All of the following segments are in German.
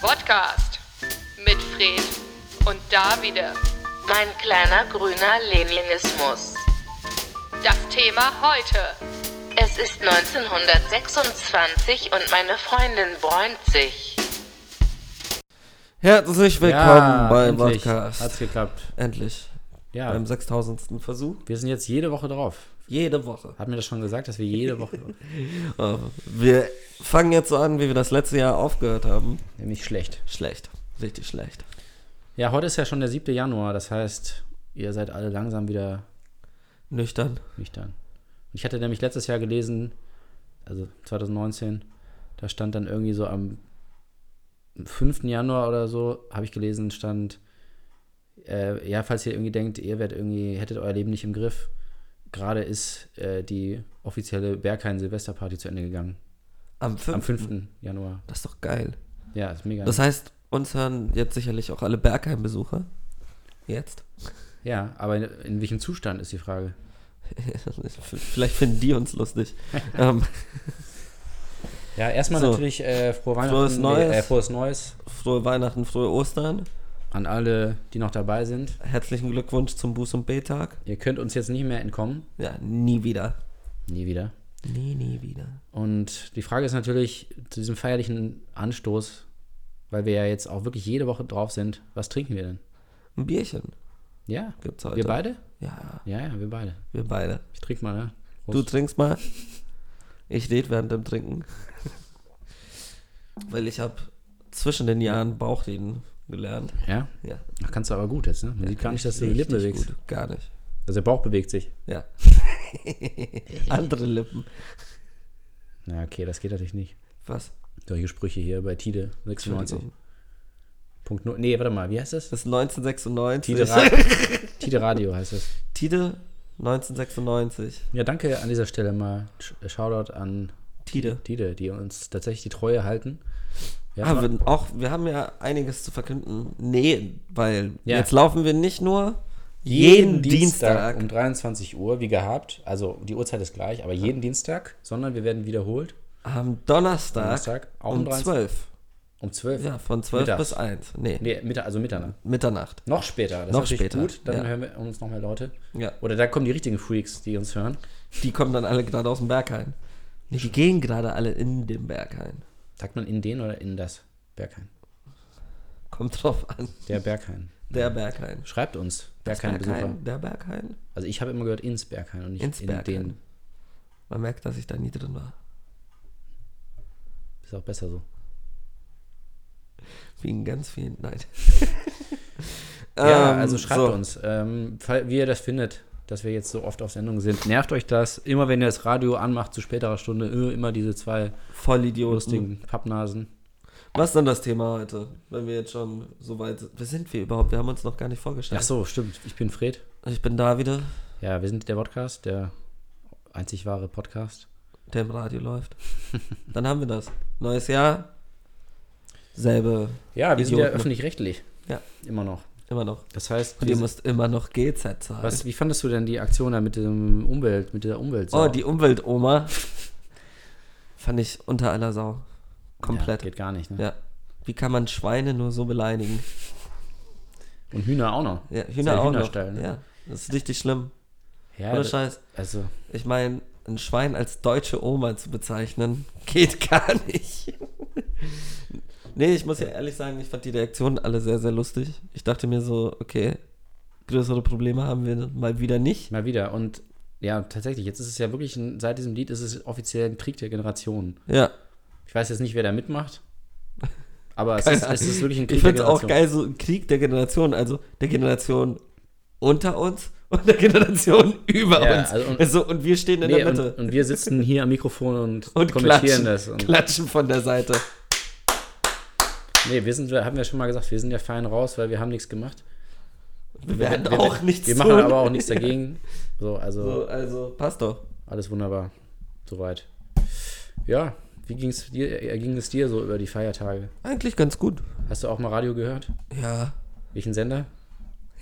Podcast mit Fred und Davide. Mein kleiner grüner Leninismus. Das Thema heute. Es ist 1926 und meine Freundin bräunt sich. Herzlich willkommen Ja, beim endlich Hat's Podcast. geklappt. Endlich. Ja, Beim 6000. Versuch. wir sind jetzt jede Woche drauf. Jede Woche. Hat mir das schon gesagt, dass wir jede Woche drauf Oh, wir fangen jetzt so an, wie wir das letzte Jahr aufgehört haben. Nämlich schlecht. Schlecht. Richtig schlecht. Ja, heute ist ja schon der 7. Januar, das heißt, ihr seid alle langsam wieder Nüchtern. nüchtern. Und ich hatte nämlich letztes Jahr gelesen, also 2019, da stand dann irgendwie so am 5. Januar oder so, habe ich gelesen, stand, äh, ja, falls ihr irgendwie denkt, ihr werdet irgendwie, hättet euer Leben nicht im Griff, gerade ist äh, die offizielle Berghain-Silvesterparty zu Ende gegangen. Am 5. Am 5. Januar. Das ist doch geil. Ja, ist mega. Das heißt, uns hören jetzt sicherlich auch alle Bergheim-Besucher. Jetzt. ja, aber in, in welchem Zustand ist die Frage? Vielleicht finden die uns lustig. ähm, Ja, erstmal So. natürlich äh, frohe Weihnachten. Frohes Neues. Äh, frohes Neues frohe Weihnachten, frohe Ostern. an alle, die noch dabei sind. Herzlichen Glückwunsch zum Buß- und B-Tag. Ihr könnt uns jetzt nicht mehr entkommen. Ja, nie wieder. Nie wieder. Nie, nie wieder. Und die Frage ist natürlich zu diesem feierlichen Anstoß, weil wir ja jetzt auch wirklich jede Woche drauf sind, was trinken wir denn? Ein Bierchen Ja, gibt's heute. wir beide? Ja, Ja, ja, wir beide. wir beide. Ich trinke mal, ne? Du Prost. trinkst mal. Ich rede während dem Trinken. Weil ich habe zwischen den Jahren Bauchreden gelernt. Ja, Ja. Ach, kannst du aber gut jetzt, ne? Man sieht gar nicht, dass du die Richtig Lippen bewegst. gut. Gar nicht. Also der Bauch bewegt sich. Ja. Andere Lippen. Na, okay, das geht natürlich nicht. Was? Solche Sprüche hier bei Tide 96. Entschuldigung. Punkt null. Nee, warte mal, wie heißt das? Das ist 1996. Tide, Ra Tide Radio heißt das. Tide 1996. Ja, danke an dieser Stelle mal. Sch- äh, Shoutout an Tide. Tide, die uns tatsächlich die Treue halten. Wir Ah, hatten wir, auch, wir haben ja einiges zu verkünden. Nee, weil Ja. jetzt laufen wir nicht nur jeden, Dienstag. um 23 Uhr, wie gehabt. Also die Uhrzeit ist gleich, aber jeden Dienstag, sondern wir werden wiederholt Am Donnerstag, um Donnerstag, auch um um 13. 12. um 12 Ja, von 12 Mittags. bis 1. Nee, Nee, Mittag, also Mitternacht. Mitternacht. Noch später, das Noch ist natürlich später, gut. Dann ja. hören wir uns noch mehr Leute. Ja. Oder da kommen die richtigen Freaks, die uns hören. Die kommen dann alle gerade aus dem Berg ein. Nee, die gehen gerade alle in den Berg ein. Sagt man in den oder in das? Berghain. Kommt drauf an. Der Berghain. Der Berghain. Schreibt uns, Das Berghain-Besucher. Der Berghain. Also ich habe immer gehört ins Berghain und nicht Ins in Berghain. den. Man merkt, dass ich da nie drin war. Ist auch besser so. Wegen ganz vielen. Nein. Ja, Ähm, also schreibt so. uns, ähm, fall- wie ihr das findet, dass wir jetzt so oft auf Sendung sind. Nervt euch das? Immer wenn ihr das Radio anmacht zu späterer Stunde, äh, immer diese zwei Vollidioten. lustigen Pappnasen. Was ist denn das Thema heute? Wenn wir jetzt schon so weit sind. Wer sind wir überhaupt? Wir haben uns noch gar nicht vorgestellt. Ach so, stimmt. Ich bin Fred. Ich bin da wieder, Ja, wir sind der Podcast, der einzig wahre Podcast. der im Radio läuft. Dann haben wir das. Neues Jahr. Selbe. Ja, wir sind ja Idioten. öffentlich-rechtlich. Ja. Immer noch. Immer noch. Das Und heißt, wir ihr sind- müsst immer noch GZ zahlen. was, wie fandest du denn die Aktion da mit dem Umwelt, mit dieser Umwelt? Oh, die Umweltoma. Fand ich unter aller Sau. Komplett. Ja, Ja, geht gar nicht, ne? Wie kann man Schweine nur so beleidigen? Und Hühner auch noch. Ja, Das ist Hühner ja auch noch. Hühnerstall, ne? Ja, das ist richtig schlimm. Ja, Ohne das- Scheiß. Also, Ich meine, ein Schwein als deutsche Oma zu bezeichnen, geht gar nicht. nee, ich muss ja ehrlich sagen, ich fand die Reaktionen alle sehr, sehr lustig. Ich dachte mir so, okay, größere Probleme haben wir mal wieder nicht. Mal wieder. Und ja, tatsächlich, jetzt ist es ja wirklich, ein, seit diesem Lied ist es offiziell ein Krieg der Generationen. Ja. Ich weiß jetzt nicht, wer da mitmacht, aber es, Keine ist, es ist wirklich ein Ich Krieg der finde es auch Generationen. geil, so ein Krieg der Generation, also der Generation unter uns und der Generation über Ja, uns. also und- Und, also, und wir stehen in Nee, der Mitte und, und wir sitzen hier am Mikrofon und, und, kommentieren klatschen, das. Und, klatschen von der Seite. nee, wir sind, haben ja schon mal gesagt, wir sind ja fein raus, weil wir haben nichts gemacht. Wir werden wir, auch nichts Wir machen tun. aber auch nichts dagegen. So, also So, also passt doch. alles wunderbar. Soweit. Ja, wie ging's dir, äh, ging es dir so über die Feiertage? Eigentlich ganz gut. Hast du auch mal Radio gehört? Ja, Welchen Sender?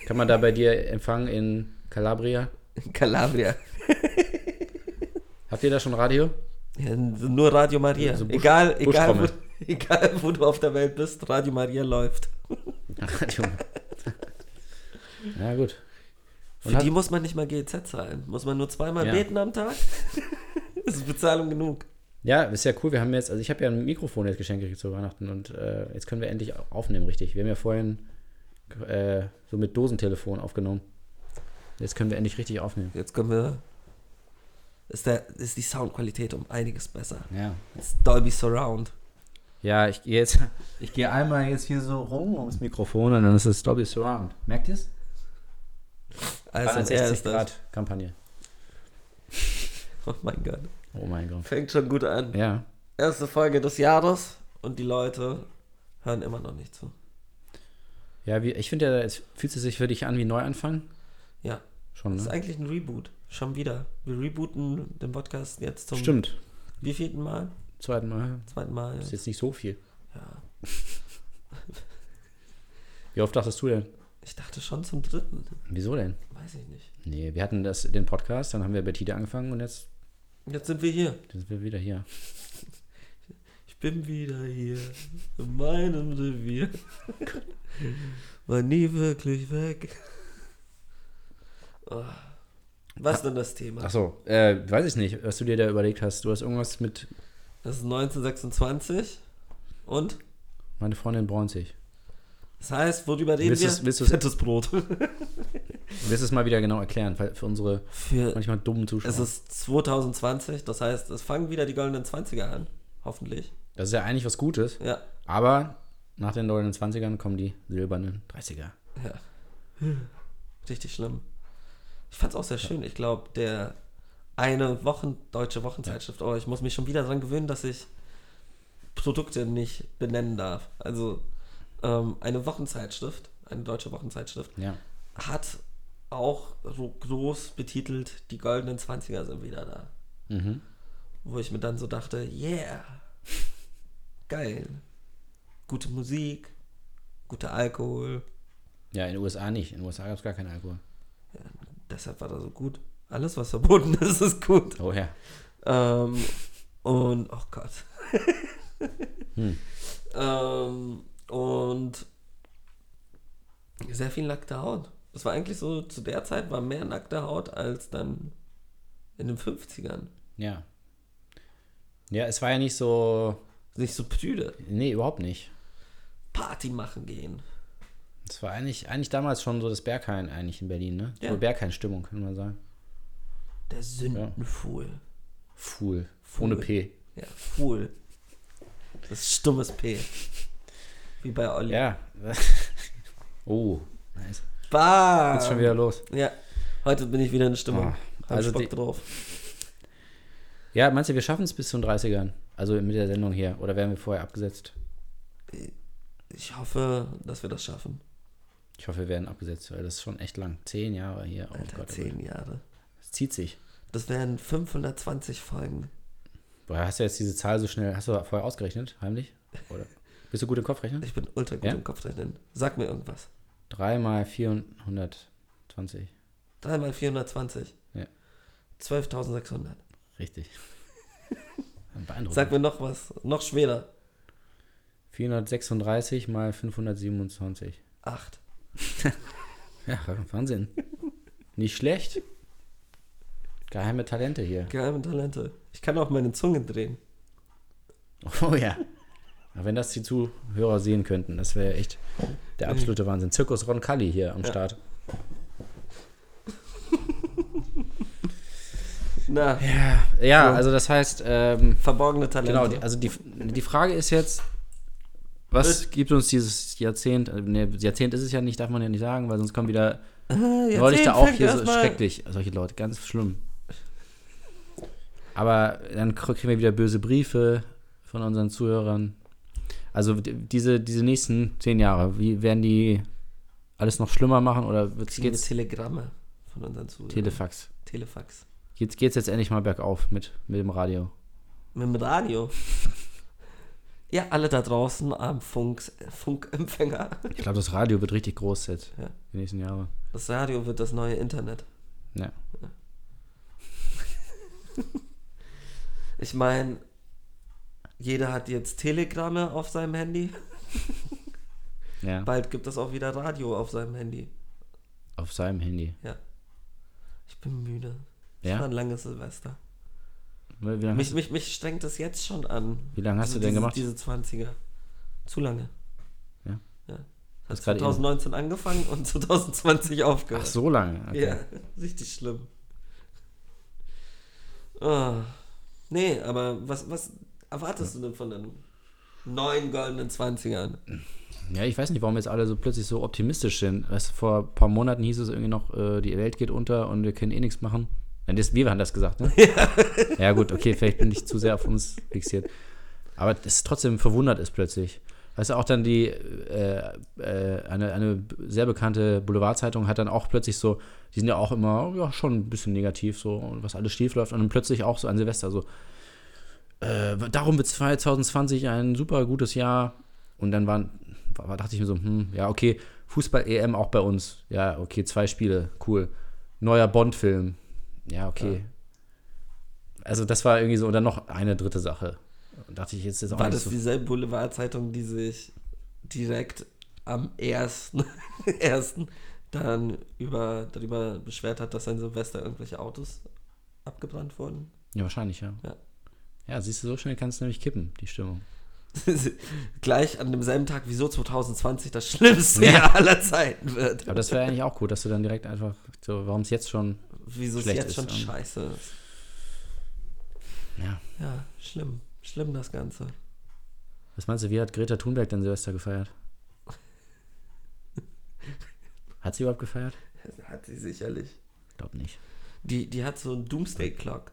Kann man da bei dir empfangen in Calabria? in Calabria. Habt ihr da schon Radio? Ja, nur Radio Maria. So Busch- egal, egal, Buschtrommel. wo, Egal, wo du auf der Welt bist, Radio Maria läuft. Ach, Junge. ja, gut. Für Und hat- die muss man nicht mal GEZ zahlen. Muss man nur zweimal Ja. beten am Tag? das ist Bezahlung genug. Ja, ist ja cool. Wir haben jetzt, also ich habe ja ein Mikrofon jetzt geschenkt gekriegt zu Weihnachten und äh, jetzt können wir endlich au- aufnehmen, richtig. Wir haben ja vorhin äh, so mit Dosentelefon aufgenommen. Jetzt können wir endlich richtig aufnehmen. Jetzt können wir. Ist, der, ist die Soundqualität um einiges besser. Ja. Ist Dolby Surround. Ja, ich gehe jetzt, ich gehe einmal jetzt hier so rum ums Mikrofon und dann ist es Dolby Surround. Merkt ihr es? Also er ist das. Grad Kampagne. Oh mein Gott. Oh mein Gott. Fängt schon gut an. Ja. Erste Folge des Jahres und die Leute hören immer noch nicht zu. Ja, wie, ich finde ja, es fühlt sich für dich an wie Neuanfang. Ja. Schon, Das ist ne? eigentlich ein Reboot. Schon wieder. Wir rebooten den Podcast jetzt zum Stimmt. wievielten Mal? Zweiten Mal. Zweiten Mal. Ist Ja. jetzt nicht so viel. Ja. Wie oft dachtest du denn? Ich dachte schon zum dritten. Wieso denn? Weiß ich nicht. Nee, wir hatten das, den Podcast, dann haben wir Bettina angefangen und jetzt Jetzt sind wir hier. sind wir wieder hier. Ich bin wieder hier. In meinem Revier. War nie wirklich weg. Oh. Was denn das Thema? Achso, äh, weiß ich nicht, was du dir da überlegt hast. Du hast irgendwas mit Das ist 1926. Und? meine Freundin braunt sich. Das heißt, worüber reden Willst wir? du's- willst du's- Fettes Brot. Du wirst es mal wieder genau erklären, weil für unsere Für, manchmal dummen Zuschauer. es ist 2020, das heißt, es fangen wieder die goldenen 20er an. Hoffentlich. das ist ja eigentlich was Gutes, Ja. aber nach den goldenen 20ern kommen die silbernen 30er. Ja. Richtig schlimm. Ich fand's auch sehr schön. Ich glaube, der eine Wochen, deutsche Wochenzeitschrift, oh, ich muss mich schon wieder dran gewöhnen, dass ich Produkte nicht benennen darf. Also ähm, eine Wochenzeitschrift, eine deutsche Wochenzeitschrift, Ja. hat auch so groß betitelt, die goldenen 20er sind wieder da. Mhm. Wo ich mir dann so dachte, yeah, geil. Gute Musik, guter Alkohol, Ja, in den USA nicht. In den USA gab es gar keinen Alkohol. Deshalb war das so gut. Alles, was verboten ist, ist gut. Oh ja. Ähm, und, oh Gott. Hm. ähm, und sehr viel nackte Haut. Das war eigentlich so, zu der Zeit war mehr nackte Haut als dann in den 50ern. Ja. Ja, es war ja nicht so. Nicht so prüde. Nee, überhaupt nicht. Party machen gehen. Es war eigentlich, eigentlich damals schon so das Berghain eigentlich in Berlin, ne? Ja. So Berghain-Stimmung, kann man sagen. Der Sündenfuhl. Fool. Fool. Ohne P. Ja, Fuhl. Das ist stummes P. Wie bei Olli. Ja. oh, nice. Bam! Jetzt schon wieder los. Ja, heute bin ich wieder in Stimmung. Ah, Hab also ich Bock die- drauf. Ja, meinst du, wir schaffen es bis zu den 30ern? Also mit der Sendung hier. Oder werden wir vorher abgesetzt? Ich hoffe, dass wir das schaffen. Oh Ich hoffe, wir werden abgesetzt, weil das ist schon echt lang. Zehn Jahre hier. Oh Alter, Gott, zehn Jahre. es zieht sich. Das wären 520 Folgen. Woher hast du jetzt diese Zahl so schnell? Hast du vorher ausgerechnet? Heimlich? Oder? Bist du gut im Kopfrechnen? Ich bin ultra gut Ja? im Kopfrechnen. Sag mir irgendwas. 3 mal 420. 3 mal 420. Ja. 12.600. Richtig. Beeindruckend. Sag mir noch was. Noch schwerer. 436 mal 527. 8. Ja, Wahnsinn. Nicht schlecht. Geheime Talente hier. Geheime Talente. Ich kann auch meine Zunge drehen. Oh ja. Aber wenn das die Zuhörer sehen könnten, das wäre echt der absolute Wahnsinn. Zirkus Roncalli hier am Start. Na, Ja, ja also das heißt, ähm, verborgene Talente. genau, die, also die, die Frage ist jetzt, was gibt uns dieses Jahrzehnt, äh, nee, Jahrzehnt ist es ja nicht, darf man ja nicht sagen, weil sonst kommen wieder äh, Neulich da Jahrzehnt auch fängt hier so erst mal- schrecklich, solche Leute, ganz schlimm. Aber dann krie- kriegen wir wieder böse Briefe von unseren Zuhörern. Also d- diese, diese nächsten zehn Jahre, wie werden die alles noch schlimmer machen oder wird's, Kriegen wir geht's Telegramme von unseren Zuhörern. Telefax? Telefax. Jetzt geht's jetzt endlich mal bergauf mit, mit dem Radio. Mit dem Radio. Ja, alle da draußen am Funks, Funkempfänger. Ich glaube, das Radio wird richtig groß jetzt, Ja. die nächsten Jahre. Das Radio wird das neue Internet. Ja. Ich meine, Jeder hat jetzt Telegramme auf seinem Handy. Ja. Bald gibt es auch wieder Radio auf seinem Handy. Auf seinem Handy. Ja. Ich bin müde. Es Ja? war ein langes Silvester. Wie lange, Mich, hast, mich, mich strengt das jetzt schon an. Wie lange hast Diese- du denn diese, gemacht? Diese 20er. Zu lange. Ja. ja. Hat gerade eben- 2019 angefangen und 2020 aufgehört. ach, so lange. Okay. Ja, richtig schlimm. Ah. Nee, aber was, was erwartest du denn von einem neuen goldenen 20ern? Ja, ich weiß nicht, warum jetzt alle so plötzlich so optimistisch sind. Weißt, du, vor ein paar Monaten hieß es irgendwie noch, äh, die Welt geht unter und wir können eh nichts machen. Nein, das, wir haben das gesagt, ne? Ja. ja, gut, okay, vielleicht bin ich zu sehr auf uns fixiert. Aber es ist trotzdem verwundert ist plötzlich. Weißt du, auch dann die, äh, äh, eine, eine sehr bekannte Boulevardzeitung hat dann auch plötzlich so, die sind ja auch immer ja, schon ein bisschen negativ, so, und was alles schief läuft. Und dann plötzlich auch so an Silvester so, äh, darum wird 2020 ein super gutes Jahr. Und dann waren, war, war- dachte ich mir so, hm, ja, okay, Fußball-EM auch bei uns. Ja, okay, zwei Spiele, cool. Neuer Bond-Film. Ja, okay. Also das war irgendwie so, und dann noch eine dritte Sache. Und dachte ich, jetzt ist auch War nicht das so dieselbe Boulevardzeitung, die sich direkt am ersten, ersten dann über, darüber beschwert hat, dass an Silvester irgendwelche Autos abgebrannt wurden? Ja, wahrscheinlich, ja. Ja. ja. siehst du, so schnell kann es nämlich kippen, die Stimmung. Gleich an demselben Tag, wieso 2020 das schlimmste Jahr aller Zeiten wird. Aber das wäre eigentlich auch gut, dass du dann direkt einfach, so, warum es jetzt schon, Wieso es schlecht jetzt ist, schon ähm. scheiße ist. ja. Ja, schlimm. Schlimm das Ganze. Was meinst du, wie hat Greta Thunberg denn Silvester gefeiert? Hat sie überhaupt gefeiert? Hat sie sicherlich. Ich glaube nicht. Die, die hat so einen Doomsday Clock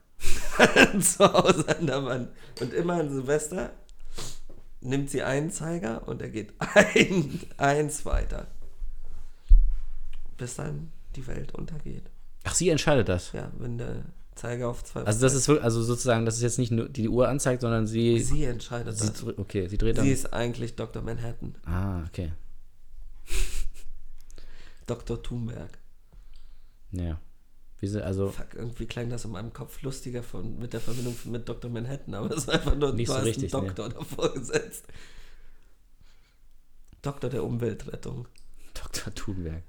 zu Hause an der Wand. Und immer an Silvester nimmt sie einen Zeiger und er geht ein, eins weiter. Bis dann die Welt untergeht. Ach, sie entscheidet das. Ja, wenn der Zeiger auf zwei. Also das ist wirklich, also sozusagen, das ist jetzt nicht nur die, die Uhr anzeigt, sondern sie, sie, sie entscheidet das. dr- okay, sie dreht dann. Sie ist eigentlich Dr. Manhattan. ah, okay. Dr. Thunberg. Ja. Wie sie, also Fuck, irgendwie klang das in meinem Kopf lustiger von, mit der Verbindung mit Dr. Manhattan, aber es ist einfach nur, Nicht du so hast richtig, einen ne. Doktor davor gesetzt. Doktor der Umweltrettung. Dr. Thunberg.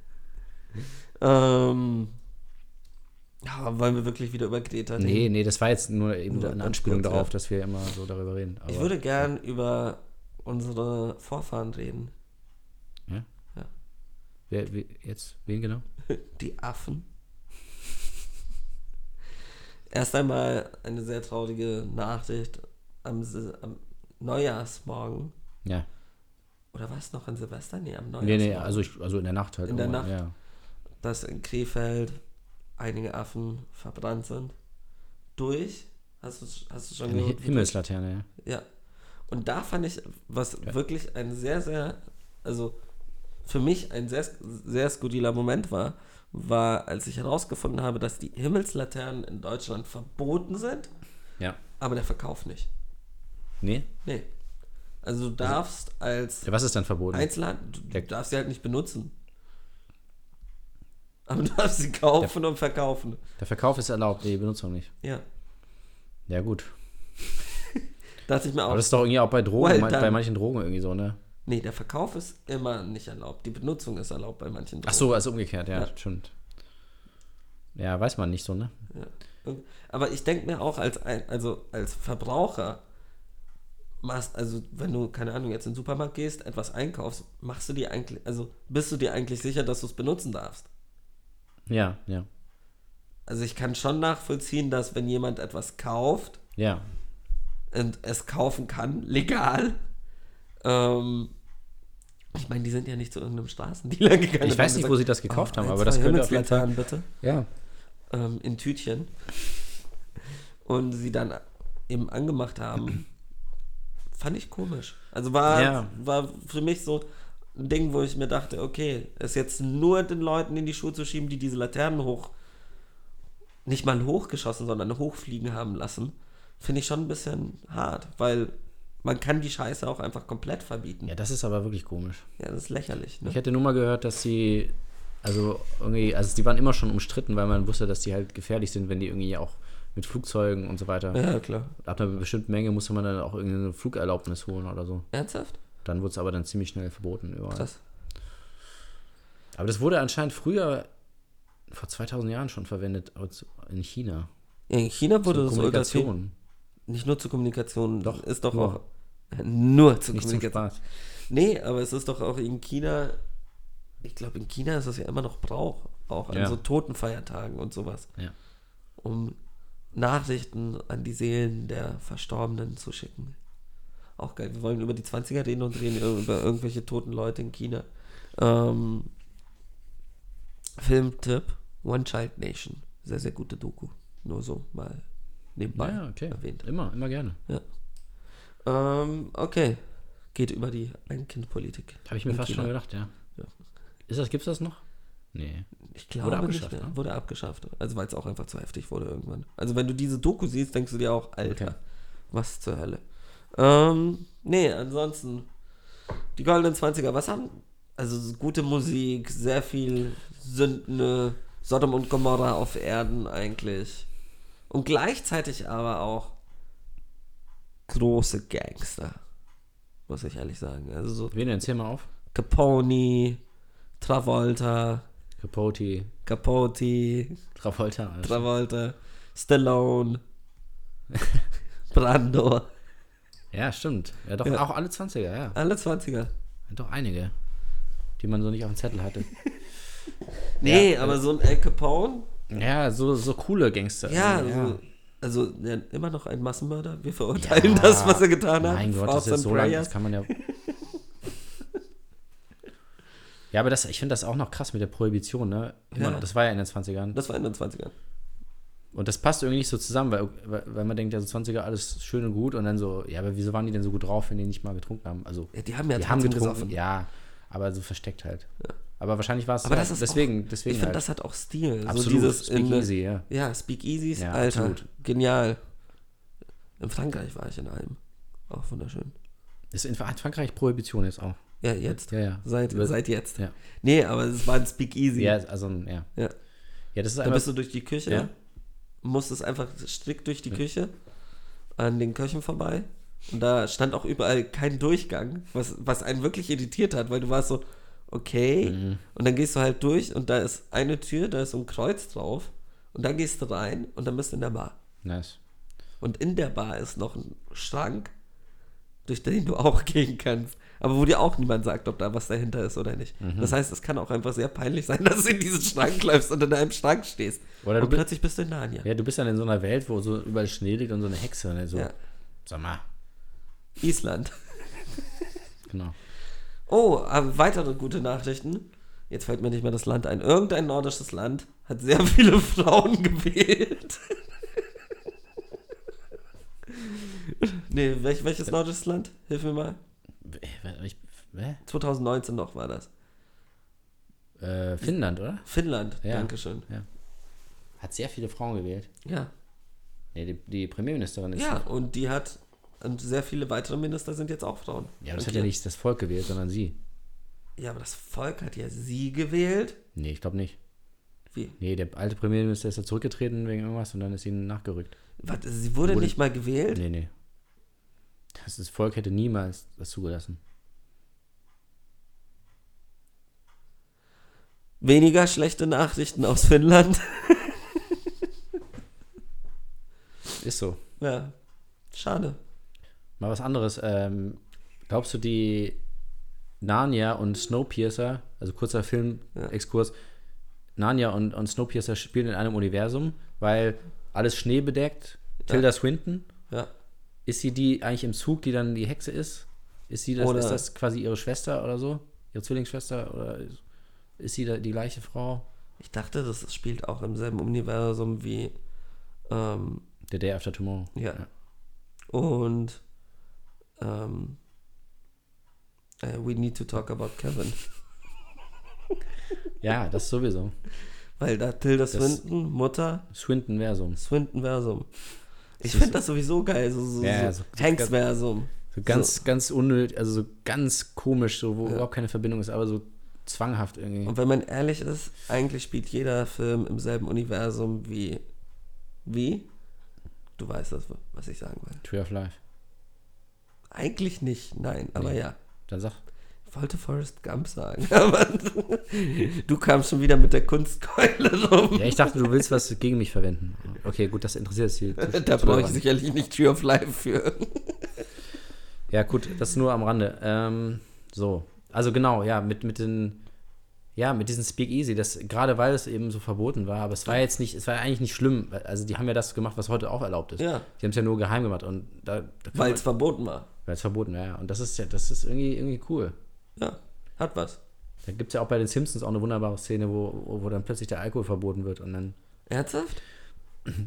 Ähm, ja, wollen wir wirklich wieder über Greta reden? Nee, nee, das war jetzt nur eben Nur eine ganz Anspielung kurz, darauf, ja. dass wir immer so darüber reden. Aber, Ich würde gern über unsere Vorfahren reden. Ja? Ja. Wer, wer, jetzt, wen genau? Die Affen. Erst einmal eine sehr traurige Nachricht am, Si- am Neujahrsmorgen. Ja. Oder war es noch an Silvester? Nee, am Nee, Neujahrsmorgen. nee, also, ich, also in der Nacht halt. In der irgendwann, Nacht. Ja. dass in Krefeld einige Affen verbrannt sind. Durch. Hast du, hast du schon Eine gehört? Hi- Himmelslaterne, ja. Ja. Und da fand ich, was wirklich ein sehr, sehr, also für mich ein sehr, sehr skurriler Moment war, war, als ich herausgefunden habe, dass die Himmelslaternen in Deutschland verboten sind, Ja. aber der Verkauf nicht. Nee? Nee. Also du darfst als Ja, was ist dann verboten? Einzelhandel, du, du Der- darfst sie halt nicht benutzen. Aber du darfst sie kaufen und verkaufen. Der Verkauf ist erlaubt, die Benutzung nicht. Ja. Ja, gut. Dachte ich mir auch. Aber das ist doch irgendwie auch bei Drogen, Well ma- bei done. manchen Drogen irgendwie so, ne? nee, der Verkauf ist immer nicht erlaubt. Die Benutzung ist erlaubt bei manchen Ach so, also umgekehrt, ja, Ja. stimmt. Ja, weiß man nicht so, ne? Drogen. Aber ich denke mir auch als, ein, also als Verbraucher, machst, also wenn du, keine Ahnung, jetzt in den Supermarkt gehst, etwas einkaufst, machst du dir eigentlich, also bist du dir eigentlich sicher, dass du es benutzen darfst? Ja, ja. Also ich kann schon nachvollziehen, dass wenn jemand etwas kauft, Ja. und es kaufen kann, legal. Ähm, ich meine, die sind ja nicht zu irgendeinem Straßendealer gegangen. und Ich weiß haben nicht, gesagt, wo sie das gekauft "Ah, haben, ein, aber zwei das könnte auf jeden Fall. Himmelslaternen, bitte. Ja. Ähm, in Tütchen. Und sie dann eben angemacht haben. Fand ich komisch. Also war, Ja. war für mich so ein Ding, wo ich mir dachte, okay, es jetzt nur den Leuten in die Schuhe zu schieben, die diese Laternen hoch, nicht mal hochgeschossen, sondern hochfliegen haben lassen, finde ich schon ein bisschen hart, weil man kann die Scheiße auch einfach komplett verbieten. Ja, Ja, das ist aber wirklich komisch. das ist lächerlich. Ne? Ich hätte nur mal gehört, dass sie, also irgendwie, also die waren immer schon umstritten, weil man wusste, dass die halt gefährlich sind, wenn die irgendwie auch mit Flugzeugen und so weiter. Ja, klar. Ab einer bestimmten Menge musste man dann auch irgendeine Flugerlaubnis holen oder so. Ernsthaft? Dann wurde es aber dann ziemlich schnell verboten überall. Krass. Aber das wurde anscheinend früher, vor 2000 Jahren schon verwendet, als in China. In China wurde das Olga Kommunikation. Nicht nur zur Kommunikation, doch. Ist doch nur. auch. Nur zur Nicht zum Kommunikation. Spaß. Nee, aber es ist doch auch in China. Ich glaube, in China ist das ja immer noch Brauch. Auch an Ja. so Totenfeiertagen und sowas. Ja. Um Nachrichten an die Seelen der Verstorbenen zu schicken. Auch geil. Wir wollen über die 20er reden und reden über irgendwelche toten Leute in China. Ähm, Filmtipp: One Child Nation. Sehr, sehr gute Doku. Nur so mal nebenbei ja, okay. erwähnt. Immer, immer gerne. Ja. Ähm, okay. Geht über die Ein-Kind-Politik. Habe ich mir in fast China. schon gedacht, ja. Ja. Ist das, gibt's das noch? Nee. Ich glaube Wurde wurde abgeschafft, abgeschafft, nicht mehr. ne? Wurde abgeschafft. Also weil es auch einfach zu heftig wurde irgendwann. Also wenn du diese Doku siehst, denkst du dir auch, Alter, Okay. was zur Hölle. Ähm, nee, ansonsten. Die goldenen 20er, was haben. Also so gute Musik, sehr viel Sünden, Sodom und Gomorra auf Erden eigentlich. Und gleichzeitig aber auch große Gangster. Muss ich ehrlich sagen. Also so Wen denn? Zähl mal auf. Capone, Travolta, Capote, Capote, Travolta. alles. Travolta, Stallone, Brando. ja, stimmt. Ja, doch, Ja. auch alle 20er, ja. Alle 20er. Doch einige, die man so nicht auf dem Zettel hatte. Nee, Ja, aber so ein Al Capone, Ja, so, so coole Gangster. ja, Also, Also, also ja, immer noch ein Massenmörder. Wir verurteilen das, was er getan hat. Mein Gott, Thoughts das ist and jetzt so lang, prayers. das kann man ja. ja, aber das, ich finde das auch noch krass mit der Prohibition, ne? Immer Ja. noch, das war ja in den 20ern. Das war in den 20ern. und das passt irgendwie nicht so zusammen, weil, weil, weil man denkt, ja, so 20er alles schön und gut und dann so, ja, aber wieso waren die denn so gut drauf, wenn die nicht mal getrunken haben? Also, Ja, die haben ja die haben trotzdem getrunken, gesoffen. ja, aber so versteckt halt. Aber wahrscheinlich war es Aber ja, das ist deswegen, auch, deswegen Ich finde, halt. das hat auch Stil. so Absolut, dieses Speak in, Easy, ja. Ja, Speakeasies, Ja, Alter. absolut. Genial. In Frankreich war ich in einem. Auch wunderschön. ist in hat Frankreich Prohibition jetzt auch. Ja, jetzt. Ja, ja. Seit, Über- seit jetzt. Ja. Nee, aber es war ein Speakeasy. Ja, also, ja. Ja. Ja, das ist Da einfach, bist du durch die Küche, Ja. musstest einfach strikt durch die Küche an den Köchen vorbei. Und da stand auch überall kein Durchgang, was, was einen wirklich irritiert hat, weil du warst so, okay. Und dann gehst du halt durch und da ist eine Tür, da ist so ein Kreuz drauf. Und dann gehst du rein und dann bist du in der Bar. nice. Und in der Bar ist noch ein Schrank, durch den du auch gehen kannst. Aber wo dir auch niemand sagt, ob da was dahinter ist oder nicht. Mhm. Das heißt, es kann auch einfach sehr peinlich sein, dass du in diesen Schrank läufst und in einem Schrank stehst. Oder du und bist- plötzlich bist du in Narnia. Ja, du bist dann in so einer Welt, wo so überall Schnee liegt und so eine Hexe. Ne? So, Ja. Sag mal. Island. Genau. Oh, aber weitere gute Nachrichten. Jetzt fällt mir nicht mehr das Land ein. Irgendein nordisches Land hat sehr viele Frauen gewählt. nee, welch, welches nordisches Land? Hilf mir mal. Ich, hä? 2019 noch war das. äh, Finnland, oder? Finnland, Ja. Dankeschön. Ja. Hat sehr viele Frauen gewählt. Ja. Nee, die, die Premierministerin ist. Ja, und die hat, und sehr viele weitere Minister sind jetzt auch Frauen. Ja, das Und hat ja die- nicht das Volk gewählt, sondern sie. Ja, aber das Volk hat ja sie gewählt. Nee, ich glaube nicht. Wie? Nee, der alte Premierminister ist ja zurückgetreten wegen irgendwas und dann ist ihnen nachgerückt. Was, sie wurde, Wurde- nicht mal gewählt? Nee, nee. Das, das Volk hätte niemals das zugelassen. Weniger schlechte Nachrichten aus Finnland. Ist so. ja, schade. Mal was anderes. Ähm, glaubst du, die Narnia und Snowpiercer, also kurzer Film-Exkurs, Narnia und, und Snowpiercer spielen in einem Universum, weil alles schneebedeckt. Tilda Swinton, Ja. ist sie die eigentlich im Zug, die dann die Hexe ist? Ist, sie das, Oder- ist das quasi ihre Schwester oder so? Ihre Zwillingsschwester? Oder ist- ist sie da die gleiche Frau? Ich dachte, das spielt auch im selben Universum wie, ähm, The Day After Tomorrow. ja. Und, ähm, äh, We Need to Talk About Kevin. Ja, das sowieso. Weil da Tilda Swinton, Mutter, Swinton-Versum. Swinton-Versum. Ich finde das sowieso geil, so, so, Ja, so so- so Hanks-Versum. So ganz, ganz unnötig, also so ganz komisch, so wo überhaupt keine Verbindung ist, aber so zwanghaft irgendwie. Und wenn man ehrlich ist, eigentlich spielt jeder Film im selben Universum wie, wie Du weißt das, was ich sagen will. Tree of Life. Eigentlich nicht, nein, aber Nee. ja. Dann sag. Ich wollte Forrest Gump sagen, aber du kamst schon wieder mit der Kunstkeule rum. Ja, ich dachte, du willst was gegen mich verwenden. Okay, gut, das interessiert es hier. da brauche ich sicherlich nicht Tree of Life für. Ja, gut, das nur am Rande. Ähm, so. Also genau, ja, mit, mit den, ja, mit diesen Speakeasy, das, gerade weil es eben so verboten war, aber es war jetzt nicht, es war eigentlich nicht schlimm. weil- Also die haben ja das gemacht, was heute auch erlaubt ist. Ja. Die haben es ja nur geheim gemacht und da, da Weil es verboten war. weil es verboten war, ja. Und das ist ja, das ist irgendwie, irgendwie cool. Ja, hat was. Da gibt es ja auch bei den Simpsons auch eine wunderbare Szene, wo, wo wo dann plötzlich der Alkohol verboten wird und dann Ernsthaft?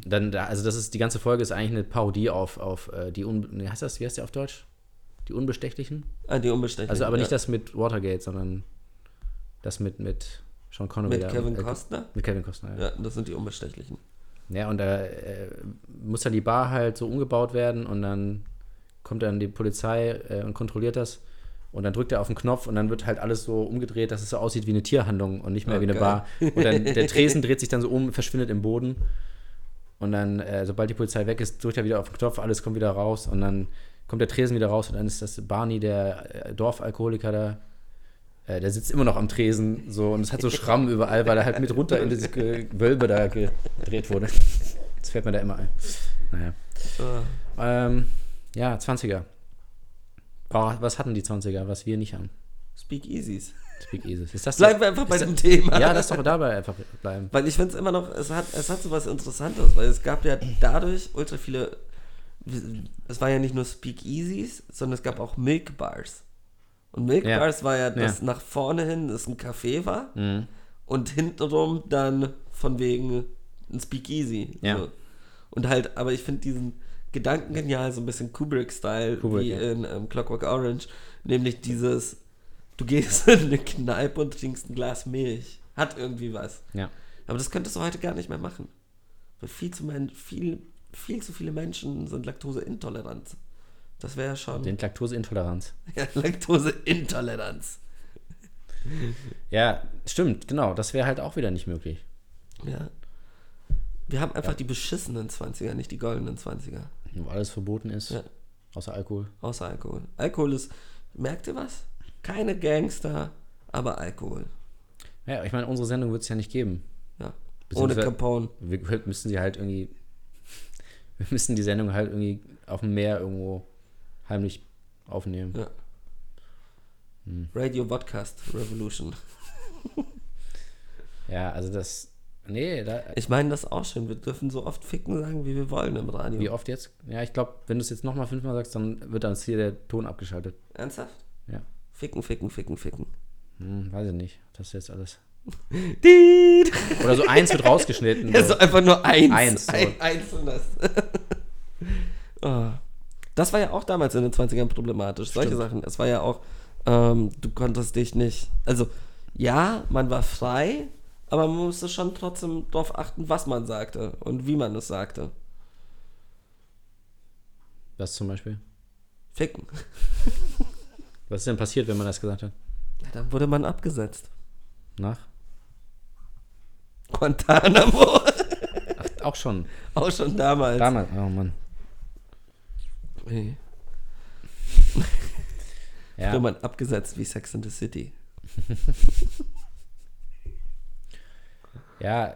dann da, also das ist die ganze Folge ist eigentlich eine Parodie auf auf äh, die Un nee, heißt das wie heißt der auf Deutsch die Unbestechlichen Ah, die Unbestechlichen. also aber ja. nicht das mit Watergate sondern das mit mit Sean Connery Mit da, Kevin äh, Costner? mit Kevin Costner ja, Ja, das sind die Unbestechlichen. ja und da äh, muss dann die Bar halt so umgebaut werden und dann kommt dann die Polizei äh, und kontrolliert das und dann drückt er auf den Knopf und dann wird halt alles so umgedreht, dass es so aussieht wie eine Tierhandlung und nicht mehr Oh, wie eine geil. Bar. Und dann der Tresen dreht sich dann so um, verschwindet im Boden. Und dann, äh, sobald die Polizei weg ist, drückt er wieder auf den Knopf, alles kommt wieder raus und dann kommt der Tresen wieder raus und dann ist das Barney, der äh, Dorfalkoholiker da. äh, Der sitzt immer noch am Tresen so und es hat so Schrammen überall, weil er halt mit runter in dieses Gewölbe da gedreht wurde. Das fällt mir da immer ein. Naja. Ah, Ähm, ja, 20er. Boah, was hatten die 20er, was wir nicht haben? Speakeasies. Speakeasies. Ist das Bleiben wir einfach bei dem Thema. Ja, lass doch dabei einfach bleiben. Weil ich finde es immer noch, es hat, es hat so was Interessantes, weil es gab ja dadurch ultra viele, es war ja nicht nur Speakeasies, sondern es gab auch Milk Bars. Und Milk Ja. Mhm. Bars war ja, dass Ja. nach vorne hin es ein Café war und hintenrum dann von wegen ein Speakeasy. Ja. So. Und halt, aber ich finde diesen Gedanken genial, so ein bisschen Kubrick-Style, Kubrick, wie ja. in ähm, Clockwork Orange, nämlich dieses, du gehst in eine Kneipe und trinkst ein Glas Milch. Hat irgendwie was. Ja. Aber das könntest du heute gar nicht mehr machen. Weil viel zu, men viel, viel zu viele Menschen sind Laktoseintolerant. Das wäre ja schon Den Laktoseintoleranz. ja, Laktoseintoleranz. Ja, stimmt, genau. Das wäre halt auch wieder nicht möglich. Ja. Wir haben einfach die beschissenen 20er, nicht die goldenen 20er. Wo alles verboten ist, Ja. außer Alkohol. Außer Alkohol. Alkohol ist, merkt ihr was? Keine Gangster, aber Alkohol. Ja, ich meine, unsere Sendung wird es ja nicht geben. Ja. Ohne Beziehungsweise- Capone. Wir müssen sie halt irgendwie. Wir müssen die Sendung halt irgendwie auf dem Meer irgendwo heimlich aufnehmen. Ja. Hm. Radio Podcast Revolution. Ja, also das. Nee, da, Ich meine das auch schon. Wir dürfen so oft ficken sagen, wie wir wollen im Radio. wie oft jetzt? Ja, ich glaube, wenn du es jetzt nochmal fünfmal sagst, dann wird dann hier der Ton abgeschaltet. Ernsthaft? Ja. Ficken, ficken, ficken, ficken. Hm, weiß ich nicht. Das ist jetzt alles. Diet. Oder so eins wird rausgeschnitten. Ja, so einfach nur eins. Eins, so. Ein einzelnes. oh. Das war ja auch damals in den 20ern problematisch. Solche Sachen. Es war ja auch, ähm, du konntest dich nicht. Also, ja, man war frei, aber man musste schon trotzdem darauf achten, was man sagte und wie man es sagte. Was zum Beispiel? Ficken. Was ist denn passiert, wenn man das gesagt hat? Ja, dann wurde man abgesetzt. Nach? Guantanamo. Auch schon. auch schon damals. Damals. Oh Mann. Nee. Ja. Wurde man abgesetzt wie Sex in the City. ja.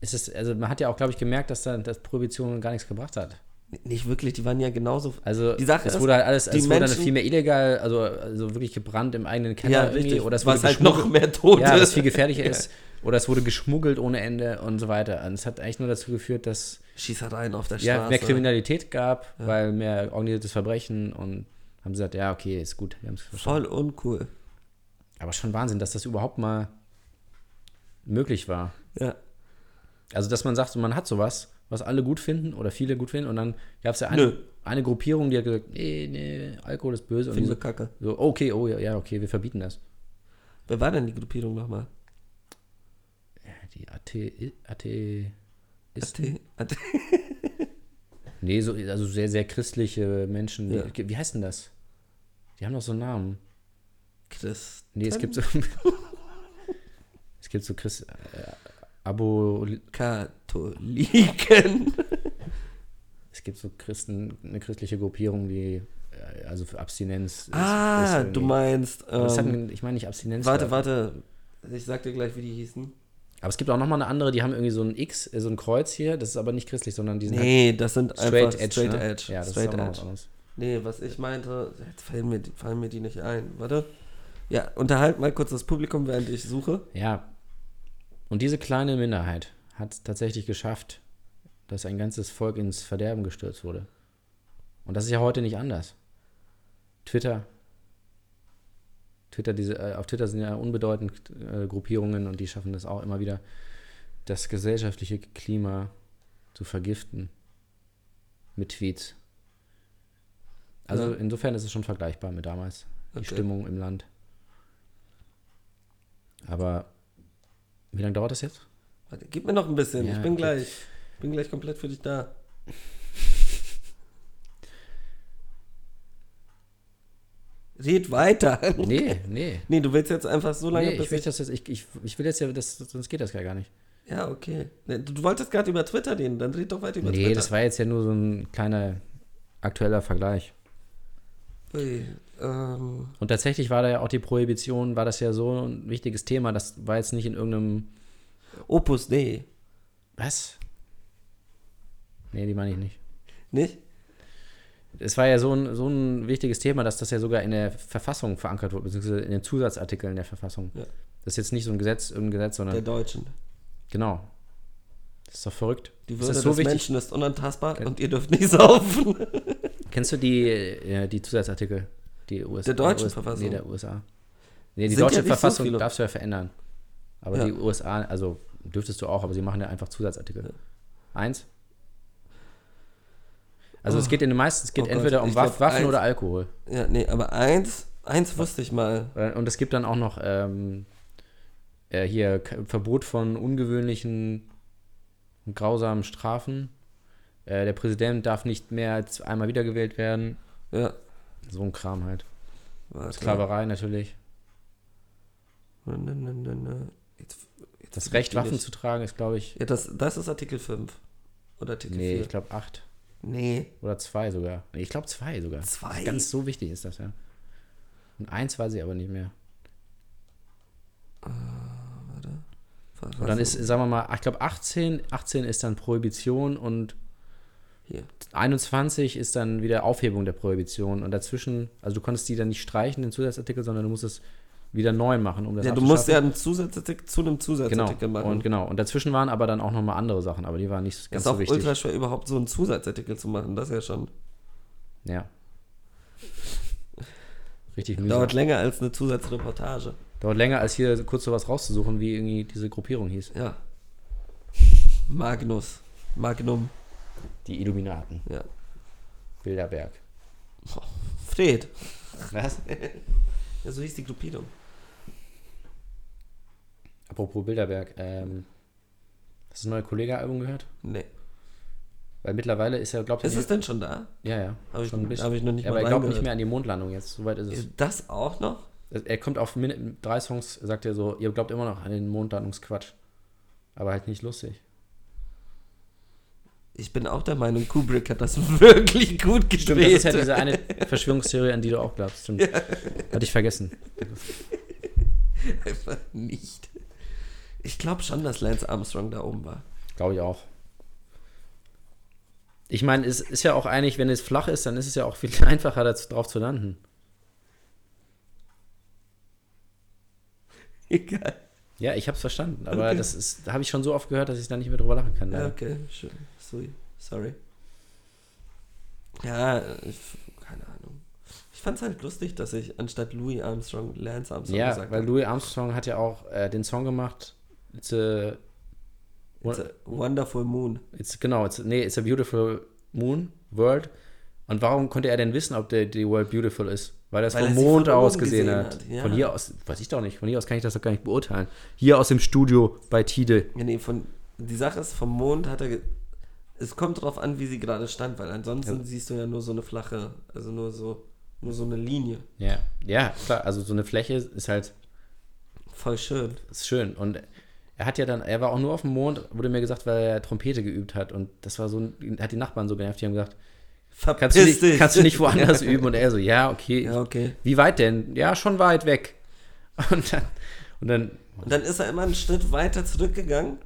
Es ist, also man hat ja auch, glaube ich, gemerkt, dass dann das Prohibition gar nichts gebracht hat. Nicht wirklich, die waren ja genauso. Also Die Sache es ist, wurde halt alles, die es wurde dann Menschen- viel mehr illegal, also, also wirklich gebrannt im eigenen Keller irgendwie. Oder es was wurde halt noch geschmuggelt. mehr tot ja, was ist. viel gefährlicher ist. Oder es wurde geschmuggelt ohne Ende und so weiter. Und es hat eigentlich nur dazu geführt, dass Schießereien halt auf der ja, Straße. mehr Kriminalität gab, weil mehr organisiertes Verbrechen und haben sie gesagt, ja, okay, ist gut, wir haben es verstanden. Voll uncool. Aber schon Wahnsinn, dass das überhaupt mal möglich war. Ja. Also, dass man sagt, man hat sowas, was alle gut finden oder viele gut finden und dann gab es ja Nö. eine, eine Gruppierung, die hat gesagt, nee, nee, Alkohol ist böse. Und die Finde so, ich kacke. so, okay, oh ja, ja, okay, wir verbieten das. Wer war denn die Gruppierung nochmal? Die Athe, Athe, AT? AT? nee, so, also sehr, sehr christliche Menschen. Ja. Wie heißt denn das? Die haben doch so einen Namen. Chris. Nee, es gibt so. es gibt so Chris. Äh, Abo. Katholiken. es gibt so Christen, eine christliche Gruppierung, die äh, also für Abstinenz. ist- ist Ah, irgendwie- du meinst. Aber das hat, Ähm, einen- ich meine nicht Abstinenz. warte, da- warte. Ich sag dir gleich, wie die hießen. Aber es gibt auch nochmal eine andere, die haben irgendwie so ein X, äh, so ein Kreuz hier, das ist aber nicht christlich, sondern die sind Nee, das sind halt straight einfach edge. Straight ne? Edge. Ja, das straight ist auch noch was Edge. anderes. Nee, was ich meinte, jetzt fallen mir, die- fallen mir die nicht ein. Warte. Ja, unterhalt mal kurz das Publikum, während ich suche. Ja. Und diese kleine Minderheit hat es tatsächlich geschafft, dass ein ganzes Volk ins Verderben gestürzt wurde. Und das ist ja heute nicht anders. Twitter. Twitter diese, äh, auf Twitter sind ja unbedeutend äh, Gruppierungen und die schaffen das auch immer wieder, das gesellschaftliche Klima zu vergiften. Mit Tweets. Also Ja. insofern ist es schon vergleichbar mit damals. Die Okay. Stimmung im Land. Aber wie lange dauert das jetzt? Warte, gib mir noch ein bisschen. Ja, ich bin okay. gleich. bin gleich komplett für dich da. Red weiter. Nee, nee. Nee, du willst jetzt einfach so lange, nee ich, bis will ich. das jetzt, ich, ich, ich will jetzt ja, das, sonst geht das ja gar nicht. Ja, okay. Nee, Du, du wolltest gerade über Twitter reden, dann red doch weiter über nee, Twitter. das war jetzt ja nur so ein kleiner aktueller Vergleich. Ui, ähm, Und tatsächlich war da ja auch die Prohibition, war das ja so ein wichtiges Thema. Das war jetzt nicht in irgendeinem. Opus Dei, Was? Nee, die meine ich nicht. nicht? Es war ja so ein, so ein wichtiges Thema, dass das ja sogar in der Verfassung verankert wurde, beziehungsweise in den Zusatzartikeln der Verfassung. Ja. Das ist jetzt nicht so ein Gesetz, irgendein Gesetz, sondern. Der Deutschen. Genau. Das ist doch verrückt. Die Ist Würde das Genau. des Menschen ist unantastbar und ihr dürft nicht saufen. Kennst du die, äh, die Zusatzartikel? Die USA, Der deutschen US, Verfassung. Nee, der USA. Nee, die Sind ja deutsche nicht so Verfassung viele. darfst du ja verändern. Aber Ja. die USA, also dürftest du auch, aber sie machen ja einfach Zusatzartikel. Eins. Also es geht in den meisten, es geht Oh Gott, entweder um ich glaub, Waff- Waffen eins- oder Alkohol. Ja, nee, aber eins, eins wusste ich mal. Äh, Und es gibt dann auch noch ähm, äh, hier K- Verbot von ungewöhnlichen und grausamen Strafen. Äh, der Präsident darf nicht mehr als einmal wiedergewählt werden. Ja, So ein Kram halt. warte. Sklaverei natürlich. Ne, ne, ne, ne, ne. Jetzt, jetzt Das Recht, bin ich- Waffen zu tragen, ist, glaube ich. Ja, das, das ist Artikel 5. Oder Artikel Nee, 4. ich glaube acht. nee. Oder zwei sogar. Nee, Ich glaube zwei sogar. Zwei? Ganz so wichtig ist das, ja. Und eins war sie aber nicht mehr. Verfassung. Und dann ist, sagen wir mal, ich glaube 18, 18 ist dann Prohibition und Hier. 21 ist dann wieder Aufhebung der Prohibition. Und dazwischen, also du konntest die dann nicht streichen, den Zusatzartikel, sondern du musst es wieder neu machen, um das Ja, du musst ja abzuschaffen. einen Zusatzartikel zu einem Zusatzartikel genau. machen. Und genau. Und dazwischen waren aber dann auch nochmal andere Sachen, aber die waren nicht Das ganz ist auch so wichtig. ultra schwer, überhaupt so einen Zusatzartikel zu machen. Das ist ja schon. Ja. Richtig mühsam. Dauert länger als eine Zusatzreportage. Dauert länger, als hier kurz sowas rauszusuchen, wie irgendwie diese Gruppierung hieß. Ja. Magnus. Magnum. Die Illuminaten. Ja. Oh, Bilderberg. Fred. Was? Ja, so hieß die Gruppierung. Apropos Bilderberg. Ähm, hast du das neue Kollega-Album gehört? Nee. Weil mittlerweile ist ja, glaubt Ist er. es denn schon da? Ja, ja. Hab ich- schon ein bisschen. hab ich noch nicht ja, mal aber er glaubt reingehört. nicht mehr an die Mondlandung jetzt. Soweit ist es. Ist das auch noch? Er kommt auf Min drei Songs, sagt er so, ihr glaubt immer noch an den Mondlandungsquatsch. Aber halt nicht lustig. Ich bin auch der Meinung, Kubrick hat das wirklich gut gedreht. Stimmt, das ist ja diese eine Verschwörungstheorie, an die du auch glaubst. Stimmt. Hatte ich vergessen. Einfach nicht. Ich glaube schon, dass Lance Armstrong da oben war. Glaube ich auch. Ich meine, es ist ja auch eigentlich, wenn es flach ist, dann ist es ja auch viel einfacher, da drauf zu landen. Egal. Ja, ich habe es verstanden, aber Okay. das ist, da habe ich schon so oft gehört, dass ich da nicht mehr drüber lachen kann. Ja, leider. okay, schön. Sorry. Sorry. Ja, ich, keine Ahnung. Ich fand's halt lustig, dass ich anstatt Louis Armstrong Lance Armstrong Ja, gesagt weil habe. Louis Armstrong hat ja auch äh, den Song gemacht. It's a, It's a wonderful Moon. it's, genau, it's, nee, it's a beautiful moon, world. Und warum konnte er denn wissen, ob der, die World beautiful ist? Weil er es Weil vom er sie von Mond oben aus gesehen gesehen hat. hat, ja. Von hier aus, weiß ich doch nicht, von hier aus kann ich das doch gar nicht beurteilen. Hier aus dem Studio bei Tide. Ja, nee, von, die Sache ist, vom Mond hat er. ge- Es kommt drauf an, wie sie gerade stand, weil ansonsten siehst du ja nur so eine flache, also nur so, nur so eine Linie. Ja, ja, klar. Also so eine Fläche ist halt Voll schön. ist schön. Und Er hat ja dann, er war auch nur auf dem Mond, wurde mir gesagt, weil er Trompete geübt hat. Und das war so, ein- hat die Nachbarn so genervt, die haben gesagt, Verpiss kannst du nicht, kannst du nicht woanders üben? Und er so, ja, okay. Ja, okay. Wie weit denn? Ja, schon weit weg. Und dann, und dann Und dann ist er immer einen Schritt weiter zurückgegangen.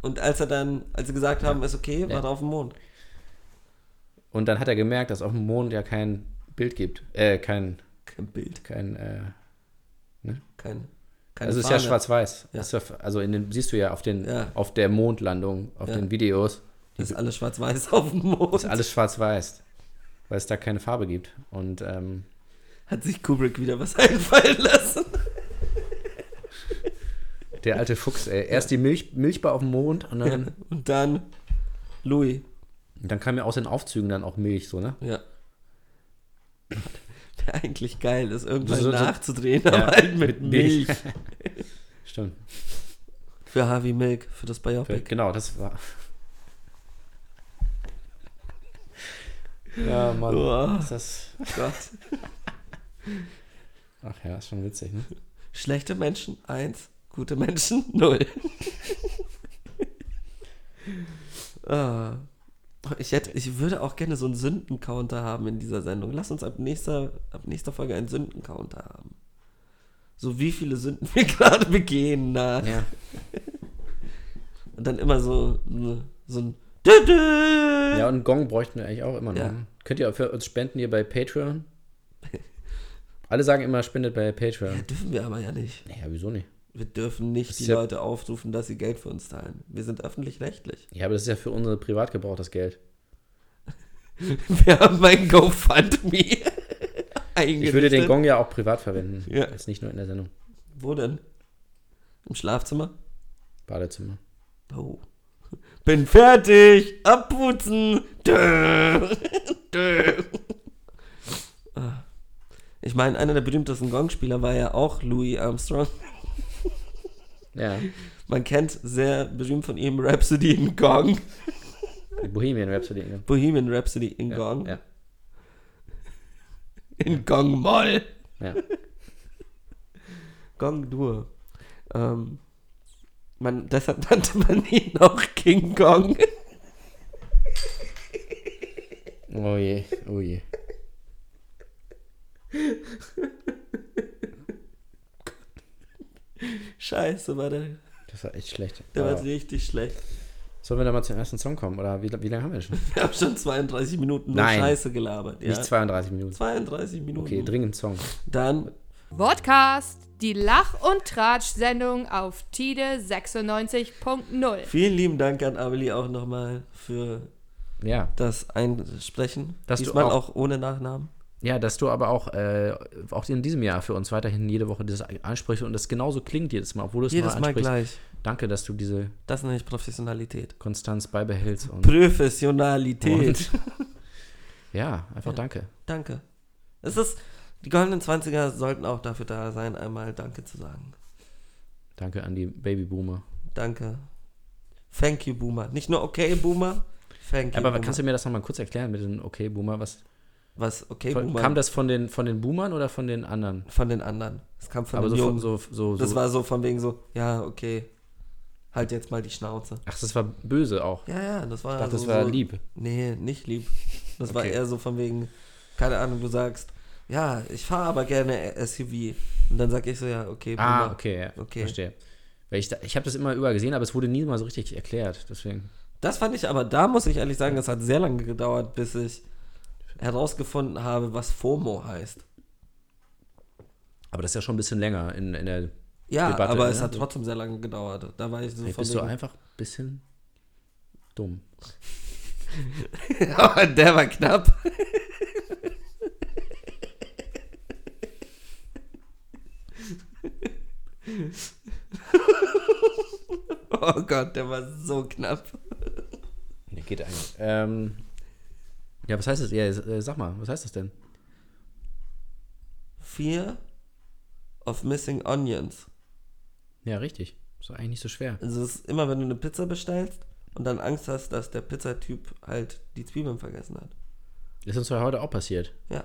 Und als er dann, als sie gesagt haben, ist okay, war Ja. er auf dem Mond. Und dann hat er gemerkt, dass auf dem Mond ja kein Bild gibt. Äh, kein, Kein Bild, kein, äh, kein. keine also es ist ja Fahne. schwarz-weiß. Ja. Ist ja f- Also in den, siehst du ja auf den, Ja. auf der Mondlandung, auf Ja. den Videos, Ist alles schwarz-weiß auf dem Mond. ist alles schwarz-weiß. Weil es da keine Farbe gibt. Und, ähm, Hat sich Kubrick wieder was einfallen lassen. der alte Fuchs, ey. Erst die Milch, Milchbar auf dem Mond und dann, Und dann Louis. und dann kam ja aus den Aufzügen dann auch Milch, so, ne? Ja. Wäre eigentlich geil, ist irgendwann So- so- nachzudrehen, Ja, aber halt mit mit Milch. Milch. Stimmt. Für Harvey Milk, für das Biopic. Genau, das war. Ja, Mann. Uah. Ist das. Gott. Ach ja, ist schon witzig, ne? Schlechte Menschen, eins. Gute Menschen, null. ah. Ich, hätte, ich würde auch gerne so einen Sündencounter haben in dieser Sendung. Lass uns ab nächster, ab nächster Folge einen Sündencounter haben. So wie viele Sünden wir gerade begehen. Na. Ja. Und dann immer so, so ein Dü-dü. Ja, und einen Gong bräuchten wir eigentlich auch immer noch. Ja. ne? Könnt ihr auch für uns spenden hier bei Patreon? Alle sagen immer, spendet bei Ja, Patreon. dürfen wir aber ja nicht. Ja, wieso nicht? Wir dürfen nicht Das die ist ja- Leute aufrufen, dass sie Geld für uns zahlen. Wir sind öffentlich-rechtlich. Ja, aber das ist ja für unsere Privatgebrauch das Geld. Wir haben mein GoFundMe Ich würde den eingerichtet. Gong ja auch privat verwenden. Ja. Jetzt nicht nur in der Sendung. Wo denn? Im Schlafzimmer? Badezimmer. Oh. Bin fertig! Abputzen! Dö. Dö. Ah. Ich meine, einer der berühmtesten Gongspieler war ja auch Louis Armstrong. Ja. Man kennt sehr berühmt von ihm Rhapsody in Gong. Die Bohemian Rhapsody. Ne? Bohemian Rhapsody in Gong. Ja. In Gong Moll. ja. Gong Dur. Ähm, man, deshalb nannte man ihn auch King Kong. Oh je, oh je. Scheiße, war der. Das war echt schlecht. Der Aber war richtig schlecht. Sollen wir da mal zum ersten Song kommen? Oder wie, wie lange haben wir schon? Wir haben schon 32 Minuten nur Nein. Scheiße gelabert. Ja. Nicht 32 Minuten. 32 Minuten. Okay, dringend Song. Dann Podcast, die Lach- und Tratsch-Sendung auf Tide 96.0. vielen lieben Dank an Amelie auch nochmal für Ja. das Einsprechen. Dass du Diesmal auch- auch ohne Nachnamen. Ja, dass du aber auch, äh, auch in diesem Jahr für uns weiterhin jede Woche das ansprichst und das genauso klingt jedes Mal, obwohl du es Jedes mal Mal ansprichst. gleich. Danke, dass du diese Das nenne ich Professionalität. Konstanz beibehältst. Und, Professionalität. und ja, einfach danke. Danke. Es ist, die goldenen 20er sollten auch dafür da sein, einmal Danke zu sagen. Danke an die Babyboomer. Danke. Thank you, Boomer. Nicht nur okay, Boomer. Thank you. Aber Boomer. kannst du mir das nochmal kurz erklären mit dem Okay Boomer? Was, was okay, von, Boomer kam das von den, von den Boomern oder von den anderen? von den anderen? Es kam von aber den so, von, Jungen. so, so, so. das war so von wegen so, ja, okay. Halt jetzt mal die Schnauze. ach, das war böse auch. Ja, ja, das war Ich dachte, so, das war so, lieb. Nee, nicht lieb. Das war Okay. eher so von wegen, keine Ahnung, du sagst, ja, ich fahre aber gerne SUV. Und dann sag ich so, ja, okay, Ah, okay, ja, Okay. verstehe. Weil ich da, ich habe das immer überall gesehen, aber es wurde nie mal so richtig erklärt. Deswegen. Das fand ich aber, da muss ich ehrlich sagen, das hat sehr lange gedauert, bis ich herausgefunden habe, was FOMO heißt. Aber das ist ja schon ein bisschen länger in, in der Ja, Debatte, aber ne? es hat trotzdem sehr lange gedauert. Da war ich so Vielleicht von bist du wegen- einfach ein bisschen dumm. Aber der war knapp. oh Gott, der war so knapp. Nee, geht eigentlich. Ähm, ja, was heißt das? Ja, äh, sag mal, was heißt das denn? Fear of missing onions. Ja, richtig. Ist doch eigentlich nicht so schwer. Also es ist immer, wenn du eine Pizza bestellst und dann Angst hast, dass der Pizzatyp halt die Zwiebeln vergessen hat. Ist uns ja heute auch passiert. Ja.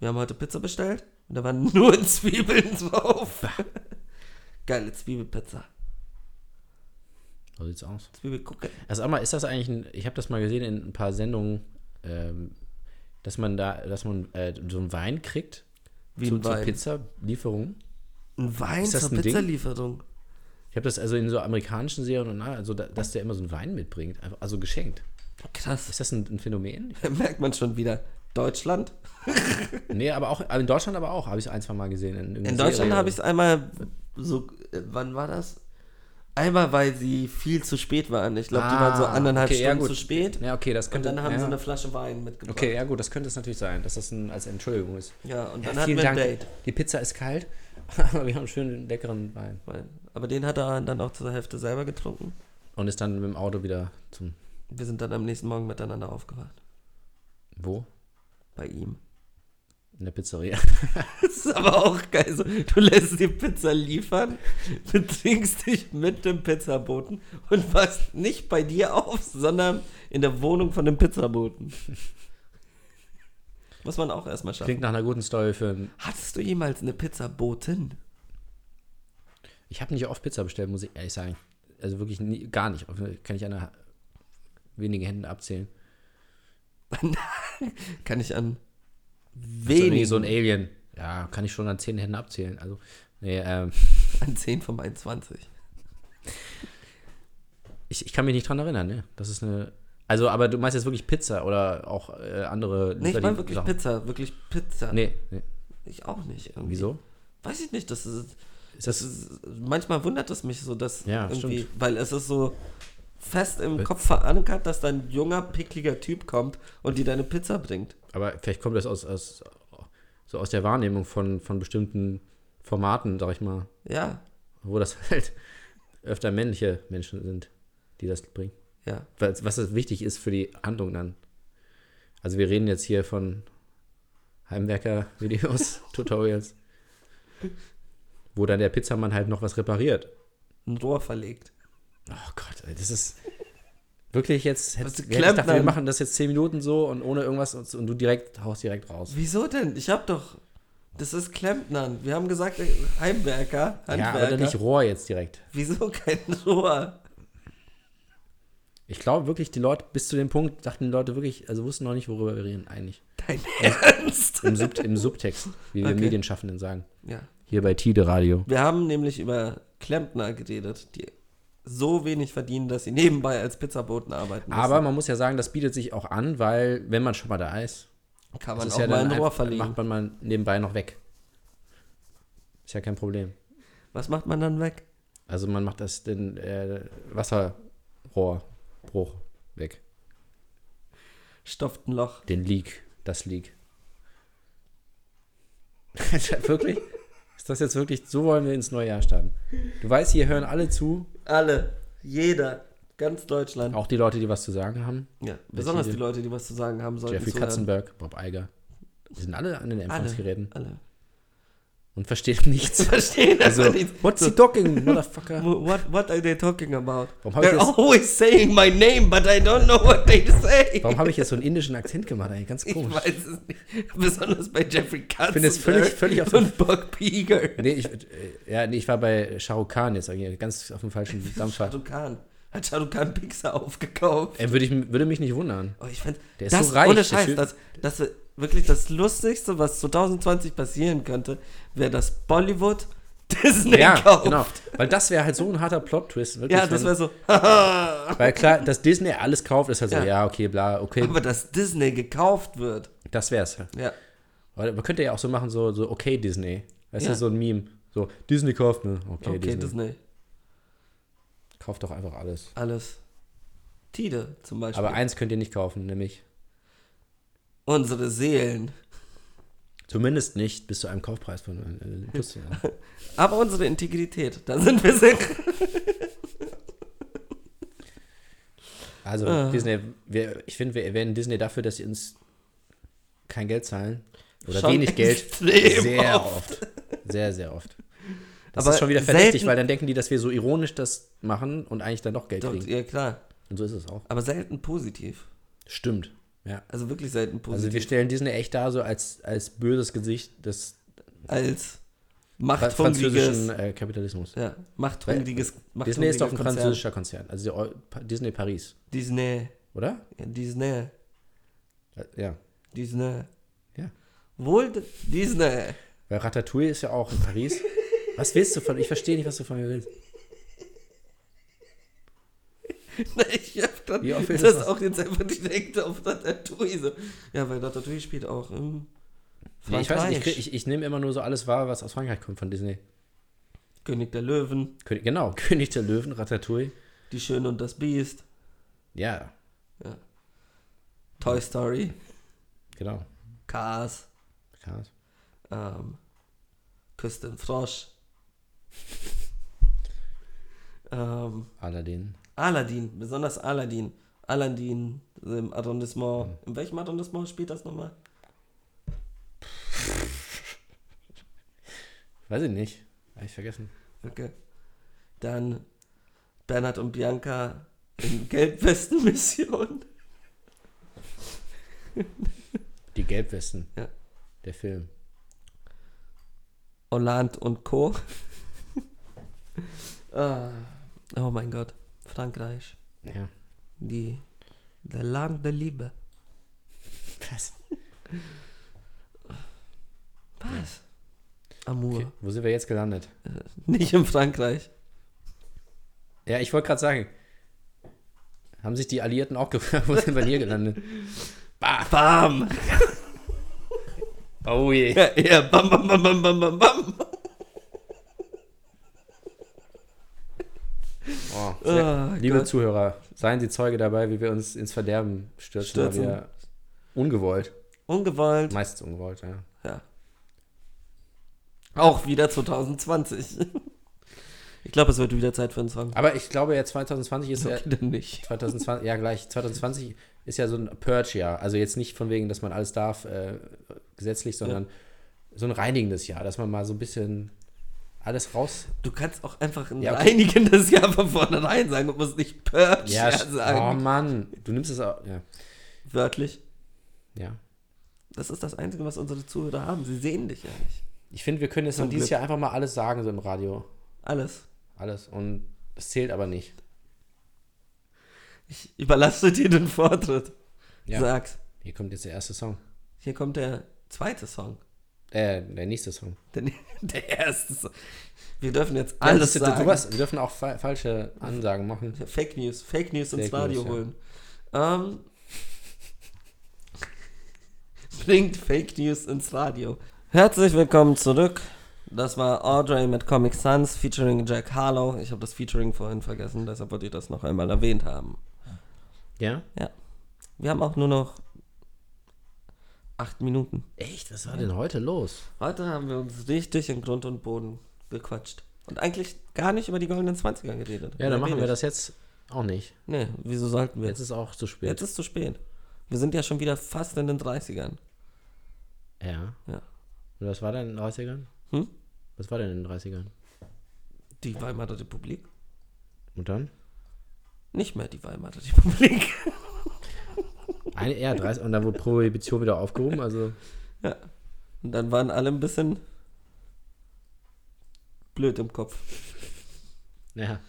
Wir haben heute Pizza bestellt und da waren nur Zwiebeln drauf. Geile Zwiebelpizza. So sieht's aus. Zwiebelgucke. Also sag mal, ist das eigentlich ein, ich habe das mal gesehen in ein paar Sendungen, ähm, dass man da, dass man äh, so einen Wein kriegt Wie zu, ein zur Wein. Pizza-Lieferung. Ein Wein Ist das zur ein Ding? Pizzalieferung. Ich habe das also in so amerikanischen Serien und na, also da, dass der immer so einen Wein mitbringt, einfach- also geschenkt. Krass. Ist das ein, ein Phänomen? Da merkt man schon wieder. Deutschland. nee, aber auch aber in Deutschland aber auch habe ich ein, zwei Mal gesehen. In, In Deutschland habe ich es einmal so, äh, wann war das? Einmal, weil sie viel zu spät waren. Ich glaube, die waren so anderthalb Stunden zu spät. Ah, Ja, okay, das und könnte. dann haben ja. sie eine Flasche Wein mitgebracht. Okay, ja gut, das könnte es natürlich sein, dass das ein, als Entschuldigung ist. Ja, und Ja, dann hatten vielen wir ein Dank. Date. Die Pizza ist kalt, aber wir haben einen schönen leckeren Wein. Wein. Aber den hat er dann auch zur Hälfte selber getrunken. Und ist dann mit dem Auto wieder zum Wir sind dann am nächsten Morgen miteinander aufgewacht. wo? Bei ihm. In der Pizzeria. Das ist aber auch geil. So, du lässt die Pizza liefern, betrinkst dich mit dem Pizzaboten und wachst nicht bei dir auf, sondern in der Wohnung von dem Pizzaboten. Muss man auch erstmal schaffen. Klingt nach einer guten Story für einen. Hattest du jemals eine Pizzabotin? Ich habe nicht oft Pizza bestellt, muss ich ehrlich sagen. Also wirklich nie, gar nicht. Kann ich an einer wenigen Händen abzählen. Kann ich an So, nee, wenigen, so ein Alien. Ja, kann ich schon an zehn Händen abzählen. Also, nee, ähm, an 10 von 21. ich, ich kann mich nicht dran erinnern, ne? Das ist eine. Also, aber du meinst jetzt wirklich Pizza oder auch äh, andere. Nee, ich meine wirklich Sachen? Pizza, wirklich Pizza. Nee, nee. Ich auch nicht. irgendwie. Wieso? Weiß ich nicht, das ist, Ist das, ist- manchmal wundert es mich so, dass Ja, irgendwie, stimmt. weil es ist so fest im Weil- Kopf verankert, dass da ein junger, pickliger Typ kommt und dir deine Pizza bringt. aber vielleicht kommt das aus, aus, so aus der Wahrnehmung von, von bestimmten Formaten, sag ich mal, Ja, wo das halt öfter männliche Menschen sind, die das bringen. ja. Was, was das wichtig ist für die Handlung dann. Also wir reden jetzt hier von Heimwerker-Videos, Tutorials, wo dann der Pizzamann halt noch was repariert. Ein Rohr verlegt. Oh Gott, ey, das ist wirklich jetzt. Hätte, Was, hätte ich dachte, wir Klempner- machen das jetzt zehn Minuten so und ohne irgendwas und, und du direkt haust direkt raus. Wieso denn? Ich hab doch. Das ist Klempnern. Wir haben gesagt, äh, Heimwerker, Handwerker. Ja, aber dann nicht Rohr jetzt direkt. Wieso kein Rohr? Ich glaube wirklich, die Leute bis zu dem Punkt dachten die Leute wirklich, also wussten noch nicht, worüber wir reden eigentlich. Dein Ernst? Im, Sub, im Subtext, wie wir Okay. Medienschaffenden sagen. Ja. Hier bei Tide Radio. Wir haben nämlich über Klempner geredet, die so wenig verdienen, dass sie nebenbei als Pizzaboten arbeiten müssen. Aber man muss ja sagen, das bietet sich auch an, weil wenn man schon mal da ist, kann das man ist auch ja mal dann ein Rohr einfach, verlegen. macht man mal nebenbei noch weg. Ist ja kein Problem. Was macht man dann weg? Also man macht das den äh, Wasserrohrbruch weg. Stopft ein Loch. Den Leak, das Leak. wirklich? Ist das jetzt wirklich, so wollen wir ins neue Jahr starten? Du weißt, hier hören alle zu, Alle. Jeder. Ganz Deutschland. auch die Leute, die was zu sagen haben. Ja, besonders die Welche? Leute, die was zu sagen haben sollten. Jeffrey zuhören. Katzenberg, Bob Eiger. Die sind alle an den Alle. Empfangsgeräten Alle. und verstehen nichts. Verstehen Also, also, nichts. what's So, he talking, motherfucker? What, what are they talking about? Warum hab ich They're das- always saying my name, but I don't know what they say. Warum habe ich jetzt so einen indischen Akzent gemacht? Eigentlich ganz ich komisch. weiß es nicht. Besonders bei Jeffrey Katzenberg. finde es völlig- völlig auf- Und Bob Pieger. Nee, ich, äh, ja, nee, ich war bei Shah Rukh Khan jetzt eigentlich ganz auf dem falschen Dampfer. Shadow Khan. Hat Shadow Khan Pixar aufgekauft. Ey, Äh, würde, ich, würde mich nicht wundern. Oh, ich fand, Der ist das, so reich, ohne der Scheiß, Typ. das, das wär- wirklich das Lustigste, was 2020 passieren könnte, wäre, dass Bollywood Disney Ja, kauft. genau. Weil das wäre halt so ein harter Plot-Twist. wirklich, Ja, das wäre wenn- so, Weil klar, dass Disney alles kauft, ist halt so, Ja. ja, okay, bla, okay, aber dass Disney gekauft wird. das wär's. Ja, Aber man könnte ja auch so machen, so, so okay, Disney. Weißt Ja. du, so ein Meme. So, Disney kauft, ne? Okay, okay, Disney. Disney. Kauft doch einfach alles. alles. Tide zum Beispiel. Aber eins könnt ihr nicht kaufen, nämlich Unsere Seelen. zumindest nicht bis zu einem Kaufpreis von äh, plus. Ja. Aber unsere Integrität, da sind wir sicher. Also, Ah. Disney, wir, ich finde, wir erwähnen Disney dafür, dass sie uns kein Geld zahlen. Oder Schon wenig Geld. extrem Sehr oft. Sehr, sehr oft. Das Aber ist schon wieder verdächtig, selten- weil dann denken die, dass wir so ironisch das machen und eigentlich dann doch Geld kriegen. Ja, klar. Und so ist es auch. Aber selten positiv. Stimmt. Ja. Also wirklich selten Also wir positiv. stellen Disney echt da so als, als böses Gesicht, das als Fra- machthungriges. französischen äh, Kapitalismus. Ja, machthungriges. Disney ist doch machthungriger ein Konzern. französischer Konzern. Also die Eu- Pa- Disney Paris, Disney. oder? Disney. Äh, Ja. Disney. ja. Wohl D- Disney. Weil Ratatouille ist ja auch in Paris. was willst du von Ich verstehe nicht, was du von mir willst. Ich hab dann Wie oft das, ist das? auch jetzt einfach direkt auf Ratatouille. So. Ja, weil Ratatouille spielt auch im Nee, ich Frankreich. weiß nicht, ich, krieg- ich, ich nehme immer nur so alles wahr, was aus Frankreich kommt von Disney. König der Löwen, König, genau, König der Löwen, Ratatouille. Die Schöne und das Biest, Ja, Toy Story, genau. Cars, Bekannt. ähm, Küss den Frosch, ähm, Aladdin. Aladdin, besonders Aladdin. Aladdin im Arrondissement. Mhm. In welchem Arrondissement spielt das nochmal? Weiß ich nicht. Habe ich vergessen. Okay. Dann Bernhard und Bianca in Gelbwesten-Mission. Die Gelbwesten. Ja. Der Film. Hollande und Co. ah, oh mein Gott. Frankreich. Ja. Die. Der Land der Liebe. Was? Was? Amour. Okay. Wo sind wir jetzt gelandet? Nicht in Frankreich. Ja, ich wollte gerade sagen. Haben sich die Alliierten auch gefragt, wo sind wir hier gelandet? Bam! Oh je. Ja, ja, bam, bam, bam, bam, bam, bam, bam. Oh, sehr, Oh liebe Gott. Zuhörer, seien Sie Zeuge dabei, wie wir uns ins Verderben stürzen. Stürzen. Weil wir ungewollt. Ungewollt. Meistens ungewollt, ja. Ja. Auch wieder 2020. Ich glaube, es wird wieder Zeit für einen Song. Aber ich glaube, ja, 2020 ist ja. Okay, dann nicht. 2020, ja gleich, 2020 ist ja so ein Purge-Jahr. Also jetzt nicht von wegen, dass man alles darf, äh, gesetzlich, sondern so ein reinigendes Jahr, dass man mal so ein bisschen alles raus. Du kannst auch einfach ein Ja, okay. reinigendes Jahr von vornherein sagen und musst nicht Purge Ja, Jahr oh sagen. Mann, du nimmst es auch. Ja, Wörtlich. ja. Das ist das Einzige, was unsere Zuhörer haben. Sie sehen dich ja nicht. Ich finde, wir können jetzt in dieses Glück. Jahr einfach mal alles sagen, so im Radio. Alles. Alles. Und es zählt aber nicht. Ich überlasse dir den Vortritt. Ja. Sag's. Hier kommt jetzt der erste Song. Hier kommt der zweite Song. Äh, der nächste Song. Der, der erste Song. Wir dürfen jetzt alles du, sagen. du, was, wir dürfen auch fa falsche Ansagen machen. Fake News, Fake News ins Fake Radio News, ja. holen. Ähm, bringt Fake News ins Radio. Herzlich willkommen zurück. Das war Audrey mit Comic Sans featuring Jack Harlow. Ich habe das Featuring vorhin vergessen, deshalb wollte ich das noch einmal erwähnt haben. Ja? Ja. Wir haben auch nur noch acht Minuten. Echt? Was war denn heute los? Heute haben wir uns richtig in Grund und Boden gequatscht. Und eigentlich gar nicht über die goldenen 20er geredet. Ja, dann Sehr machen wir wenig. das jetzt auch nicht. Nee, wieso sollten wir? Jetzt ist auch zu spät. Jetzt ist zu spät. Wir sind ja schon wieder fast in den 30ern. Ja. Ja. Und was war denn in den 30ern? Hm? Was war denn in den 30ern? Die Weimarer Republik? Und dann? Nicht mehr die Weimarer Republik. Eine, ja, 30, und dann wurde Prohibition wieder aufgehoben, also ja. Und dann waren alle ein bisschen blöd im Kopf. ja.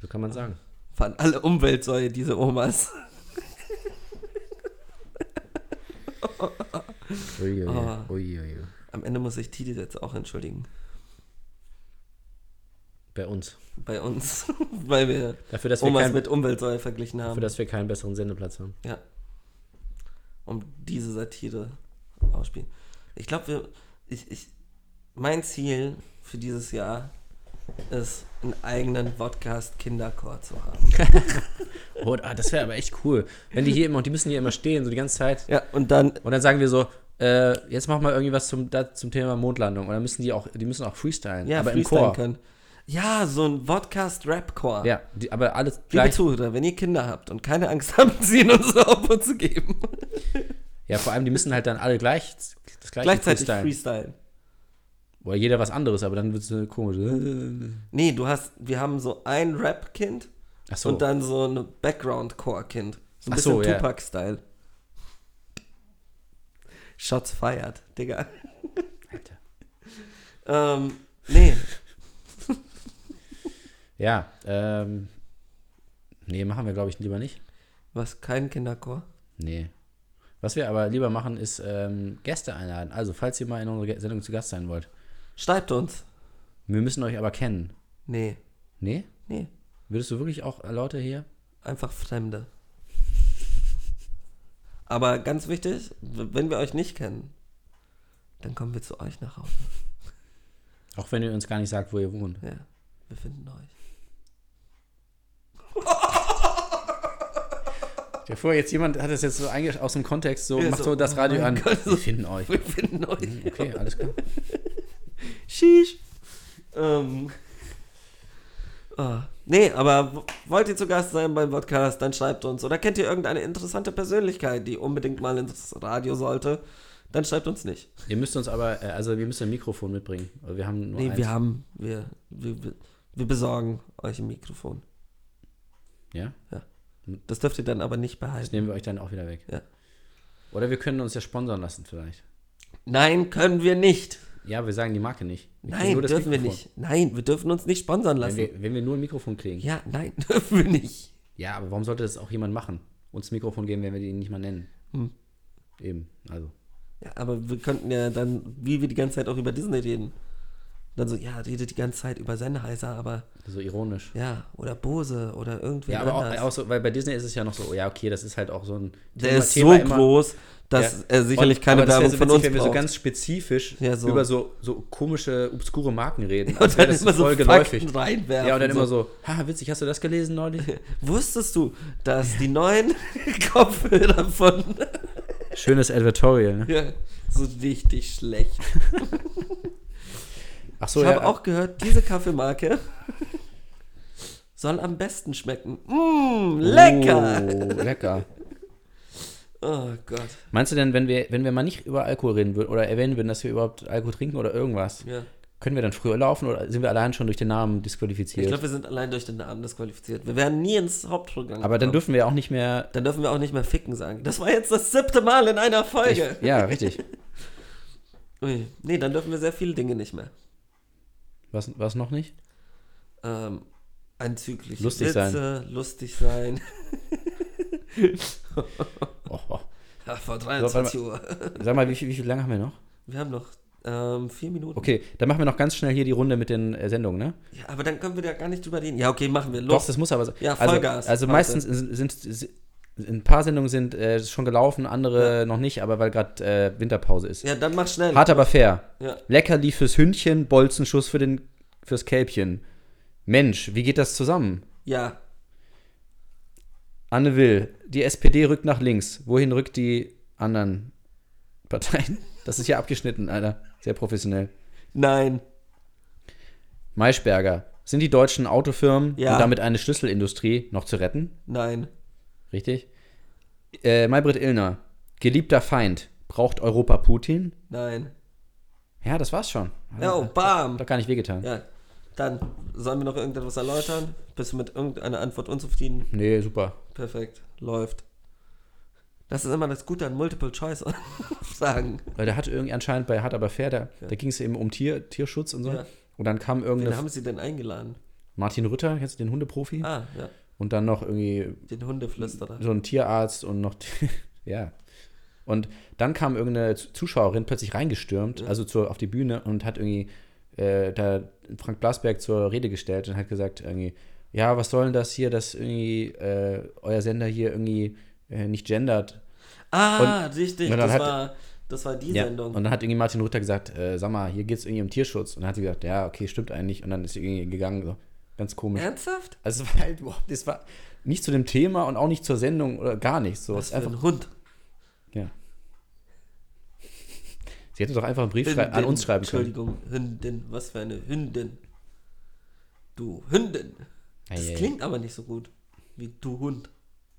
So kann man sagen. Waren alle Umweltsäue, diese Omas. Uiuiui. Ah. Uiuiui. Am Ende muss sich Tide jetzt auch entschuldigen. Bei uns. Bei uns. Weil wir Dafür, dass wir, Omas keinen- Um mit Umweltsäue verglichen dafür, haben. dass wir keinen besseren Sendeplatz haben. Ja. Um diese Satire ausspielen. Ich glaube, wir. Ich, ich, mein Ziel für dieses Jahr ist, einen eigenen Podcast Kinderchor zu haben. Oh, ah, das wäre aber echt cool. Wenn die hier immer, und die müssen hier immer stehen, so die ganze Zeit. Ja, und dann. Und dann sagen wir so, äh, jetzt mach mal irgendwie was zum, da, zum Thema Mondlandung. Und dann müssen die auch, die müssen auch freestylen. Ja, aber im freestylen Chor. können. Ja, so ein Podcast-Rap-Chor. Ja, die, aber alles Liebe gleich. Zuhörer, wenn ihr Kinder habt und keine Angst habt, sie in unsere Opfer zu geben, Ja, vor allem, die müssen halt dann alle gleich das gleiche gleichzeitig freestylen. freestylen. Oder jeder was anderes, aber dann wird es komisch. ne? Ach Nee, du hast, wir haben so ein Rap-Kind so. und dann so ein Background-Core-Kind. So ein Ach bisschen so, ja. Tupac-Style. Shots fired, Digga. Alter. Ähm, nee, Ja, ähm. Nee, machen wir, glaube ich, lieber nicht. was kein Kinderchor. Nee. Was wir aber lieber machen, ist ähm, Gäste einladen. Also, falls ihr mal in unserer Ge- Sendung zu Gast sein wollt. Schreibt uns. Wir müssen euch aber kennen. Nee, Nee? nee, Würdest du wirklich auch äh, Leute hier? einfach Fremde. Aber ganz wichtig, w- wenn wir euch nicht kennen, dann kommen wir zu euch nach Hause. Auch wenn ihr uns gar nicht sagt, wo ihr wohnt. Ja, wir finden euch. Ja, vorher jetzt jemand hat das jetzt so eingesch- aus dem Kontext so, Ja, macht so, so das oh Radio mein an. Gott, Wir finden euch. Wir finden euch. Mhm, Okay, alles klar. Sheesh. Ähm. Oh. Nee, aber w- wollt ihr zu Gast sein beim Podcast, dann schreibt uns. Oder kennt ihr irgendeine interessante Persönlichkeit, die unbedingt mal ins Radio sollte, dann schreibt uns nicht. Ihr müsst uns aber, äh, also wir müssen ein Mikrofon mitbringen. Also Wir haben nur Nee, eins. wir haben, wir, wir, wir besorgen euch ein Mikrofon. Ja? Hm. Das dürft ihr dann aber nicht Das behalten. nehmen wir euch dann auch wieder weg. Ja. Oder wir können uns ja sponsern lassen vielleicht. Nein, können wir nicht. Ja, wir sagen die Marke nicht. Wir kriegen Nein, nur das dürfen wir Mikrofon. nicht. Nein, wir dürfen uns nicht sponsern Wenn lassen. wir, wenn wir nur ein Mikrofon kriegen. Ja. ja, nein, dürfen wir nicht. aber warum sollte das auch jemand machen? Uns ein Mikrofon geben, wenn wir die nicht mal nennen. Hm. Eben, also. Ja, aber wir könnten ja dann, wie wir die ganze Zeit auch über Disney reden. Dann so, ja, redet die ganze Zeit über Sennheiser, aber So ironisch. ja, oder Bose oder irgendwer Ja, aber auch, anders. auch so, weil bei Disney ist es ja noch so, oh ja, okay, das ist halt auch so ein Der Thema- ist Thema so groß, dass er sicherlich Und- keine aber das wär Werbung so von witzig, uns wenn wir so braucht. ganz spezifisch Ja, so. über so, so komische, obskure Marken reden. Also und wär dann immer so Fakten reinwerfen. Ja, und dann immer so. so, ha, witzig, hast du das gelesen neulich? Wusstest du, dass die neuen Kopfhörer von Schönes Advertorial, ne? Ja, so richtig schlecht. Ach so, Ich ja, habe auch gehört, diese Kaffeemarke soll am besten schmecken. Mmm, lecker! Oh, lecker. Oh Gott. Meinst du denn, wenn wir, wenn wir mal nicht über Alkohol reden würden oder erwähnen würden, dass wir überhaupt Alkohol trinken oder irgendwas, Ja. können wir dann früher laufen oder sind wir allein schon durch den Namen disqualifiziert? Ich glaube, wir sind allein durch den Namen disqualifiziert. Wir werden nie ins Hauptprogramm. aber dann kommen. dürfen wir auch nicht mehr. dann dürfen wir auch nicht mehr ficken sagen. Das war jetzt das siebte Mal in einer Ich, Folge. ja, richtig. Ui. Nee, dann dürfen wir sehr viele Dinge nicht mehr. Was, was noch nicht? Ähm, anzüglich. Lustig Witze, lustig sein. Oh, oh. Ja, vor 23 So, Uhr. Sag mal, wie viel, wie viel lange haben wir noch? Wir haben noch ähm, vier Minuten. Okay, dann machen wir noch ganz schnell hier die Runde mit den äh, Sendungen, ne? Ja, aber dann können wir da gar nicht drüber reden. Ja, okay, machen wir. Doch, Los. das muss aber sein. Ja, also, Vollgas. also Warte. meistens sind, sind, sind ein paar Sendungen sind äh, schon gelaufen, andere noch nicht, aber weil gerade äh, Winterpause ist. ja, dann mach schnell. Hart aber fair. Ja. Leckerli fürs Hündchen, Bolzenschuss für den, fürs Kälbchen. Mensch, wie geht das zusammen? Ja, Anne Will, die SPD rückt nach links. Wohin rückt die anderen Parteien? Das ist ja abgeschnitten, Alter. Sehr professionell. nein. Maischberger. Sind die deutschen Autofirmen Ja. und damit eine Schlüsselindustrie noch zu retten? Nein. Richtig. Äh, Maybrit Illner. Geliebter Feind. Braucht Europa Putin? Nein. Ja, das war's schon. Ja, oh, bam. Hat doch gar nicht wehgetan. Ja. Dann sollen wir noch irgendetwas erläutern? Bist du mit irgendeiner Antwort unzufrieden? Nee, super. Perfekt. Läuft. Das ist immer das Gute an Multiple-Choice-Fragen. Weil der hat irgendwie anscheinend bei Hart aber fair, da, da ging es eben um Tier, Tierschutz und so. Ja. Und dann kam Wen irgendeine haben sie denn eingeladen? Martin Rütter, jetzt den Hundeprofi. Ah, ja. Und dann noch irgendwie Den Hundeflüsterer. so ein Tierarzt und noch. ja. Und dann kam irgendeine Z- Zuschauerin plötzlich reingestürmt, also zur, auf die Bühne und hat irgendwie äh, da Frank Blasberg zur Rede gestellt und hat gesagt, irgendwie, ja, was soll denn das hier, dass irgendwie äh, euer Sender hier irgendwie äh, nicht gendert? Ah, Und- richtig. und dann das, hat- war, das war die Ja. Sendung. Und dann hat irgendwie Martin Rütter gesagt, äh, sag mal, hier geht es irgendwie um Tierschutz. Und dann hat sie gesagt, ja, okay, stimmt eigentlich. Und dann ist sie irgendwie gegangen, so ganz komisch. Ernsthaft? Also es war halt überhaupt, es war nicht zu dem Thema und auch nicht zur Sendung oder gar nichts. So, Was es für ist einfach ein Hund. Ja. Sie hätte doch einfach einen Brief schrei- Hündin. an uns schreiben können. Entschuldigung, Hündin. Was für eine Hündin. Du Hündin. Das Eieiei. klingt aber nicht so gut wie du Hund.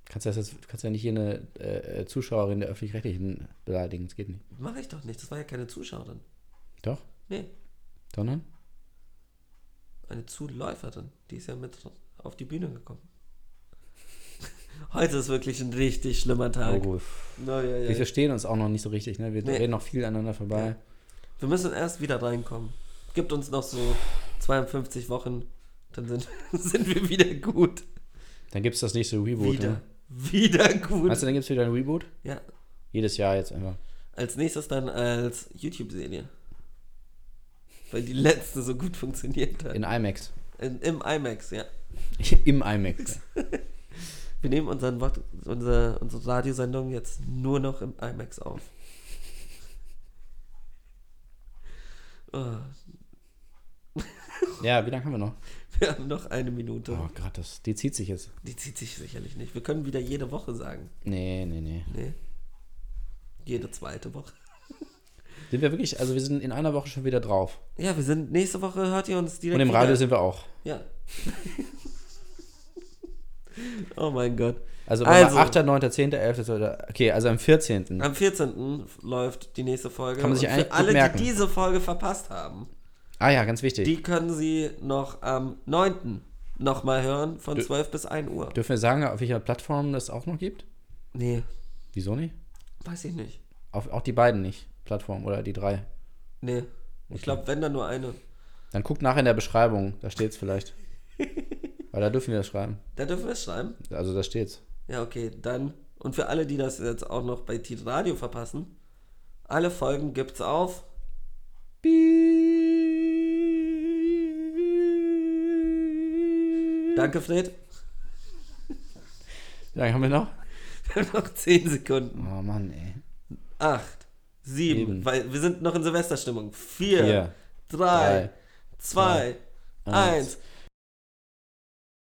Kannst du das jetzt, kannst du ja nicht hier eine äh, äh, Zuschauerin der Öffentlich-Rechtlichen beleidigen. Das geht nicht. Mache ich doch nicht. Das war ja keine Zuschauerin. Doch? Nee, Sondern? eine Zuläuferin. Die ist ja mit auf die Bühne gekommen. Heute ist wirklich ein richtig schlimmer Tag. Oh, Na, ja, ja. wir verstehen uns auch noch nicht so richtig, ne? Wir Nee. reden noch viel aneinander vorbei. Wir müssen erst wieder reinkommen. Gibt uns noch so 52 Wochen, dann sind, sind wir wieder gut. Dann gibt es das nächste Reboot. Wieder. Ne? Wieder gut. Meinst du, dann gibt es wieder ein Reboot? ja. Jedes Jahr jetzt einfach. Als nächstes dann als YouTube-Serie. Weil die letzte so gut funktioniert hat. In IMAX. In, Im IMAX, ja. Im IMAX. Wir nehmen unseren, Wod- unsere, unsere Radiosendung jetzt nur noch im IMAX auf. Oh, Ja, wie lange haben wir noch? wir haben noch eine Minute. Oh Gott, das, die zieht sich jetzt. Die zieht sich sicherlich nicht. Wir können wieder jede Woche sagen. Nee, nee, nee. Nee. Jede zweite Woche. Sind wir wirklich, also wir sind in einer Woche schon wieder drauf. Ja, wir sind nächste Woche, hört ihr uns direkt. Und im wieder. Radio sind wir auch. Ja. oh mein Gott. Also, Also. also 8., 9., 10., 11., 12. Okay, also am 14. Am 14. läuft die nächste Folge. Kann man sich Und eigentlich für gut alle, merken. die diese Folge verpasst haben, ah ja, ganz wichtig. die können sie noch am 9. nochmal hören, von Dö- 12 bis 1 Uhr. Dürfen wir sagen, auf welcher Plattform das auch noch gibt? Nee, Wieso nicht? weiß ich nicht. Auf, auch die beiden nicht. Plattform oder die drei. Nee. Ich glaube, wenn dann nur eine. Dann guckt nach in der Beschreibung, da steht's vielleicht. Weil da dürfen wir das schreiben. Da dürfen wir es schreiben. Also da steht's. Ja, okay, dann. Und für alle, die das jetzt auch noch bei Titel Radio verpassen, alle Folgen gibt's auf. Danke, Fred. Wie lange haben wir noch? Wir haben noch 10 Sekunden. Oh Mann, ey. 8, 7, Sieben. weil wir sind noch in Silvesterstimmung. 4, Vier, 3, 2, eins. 1.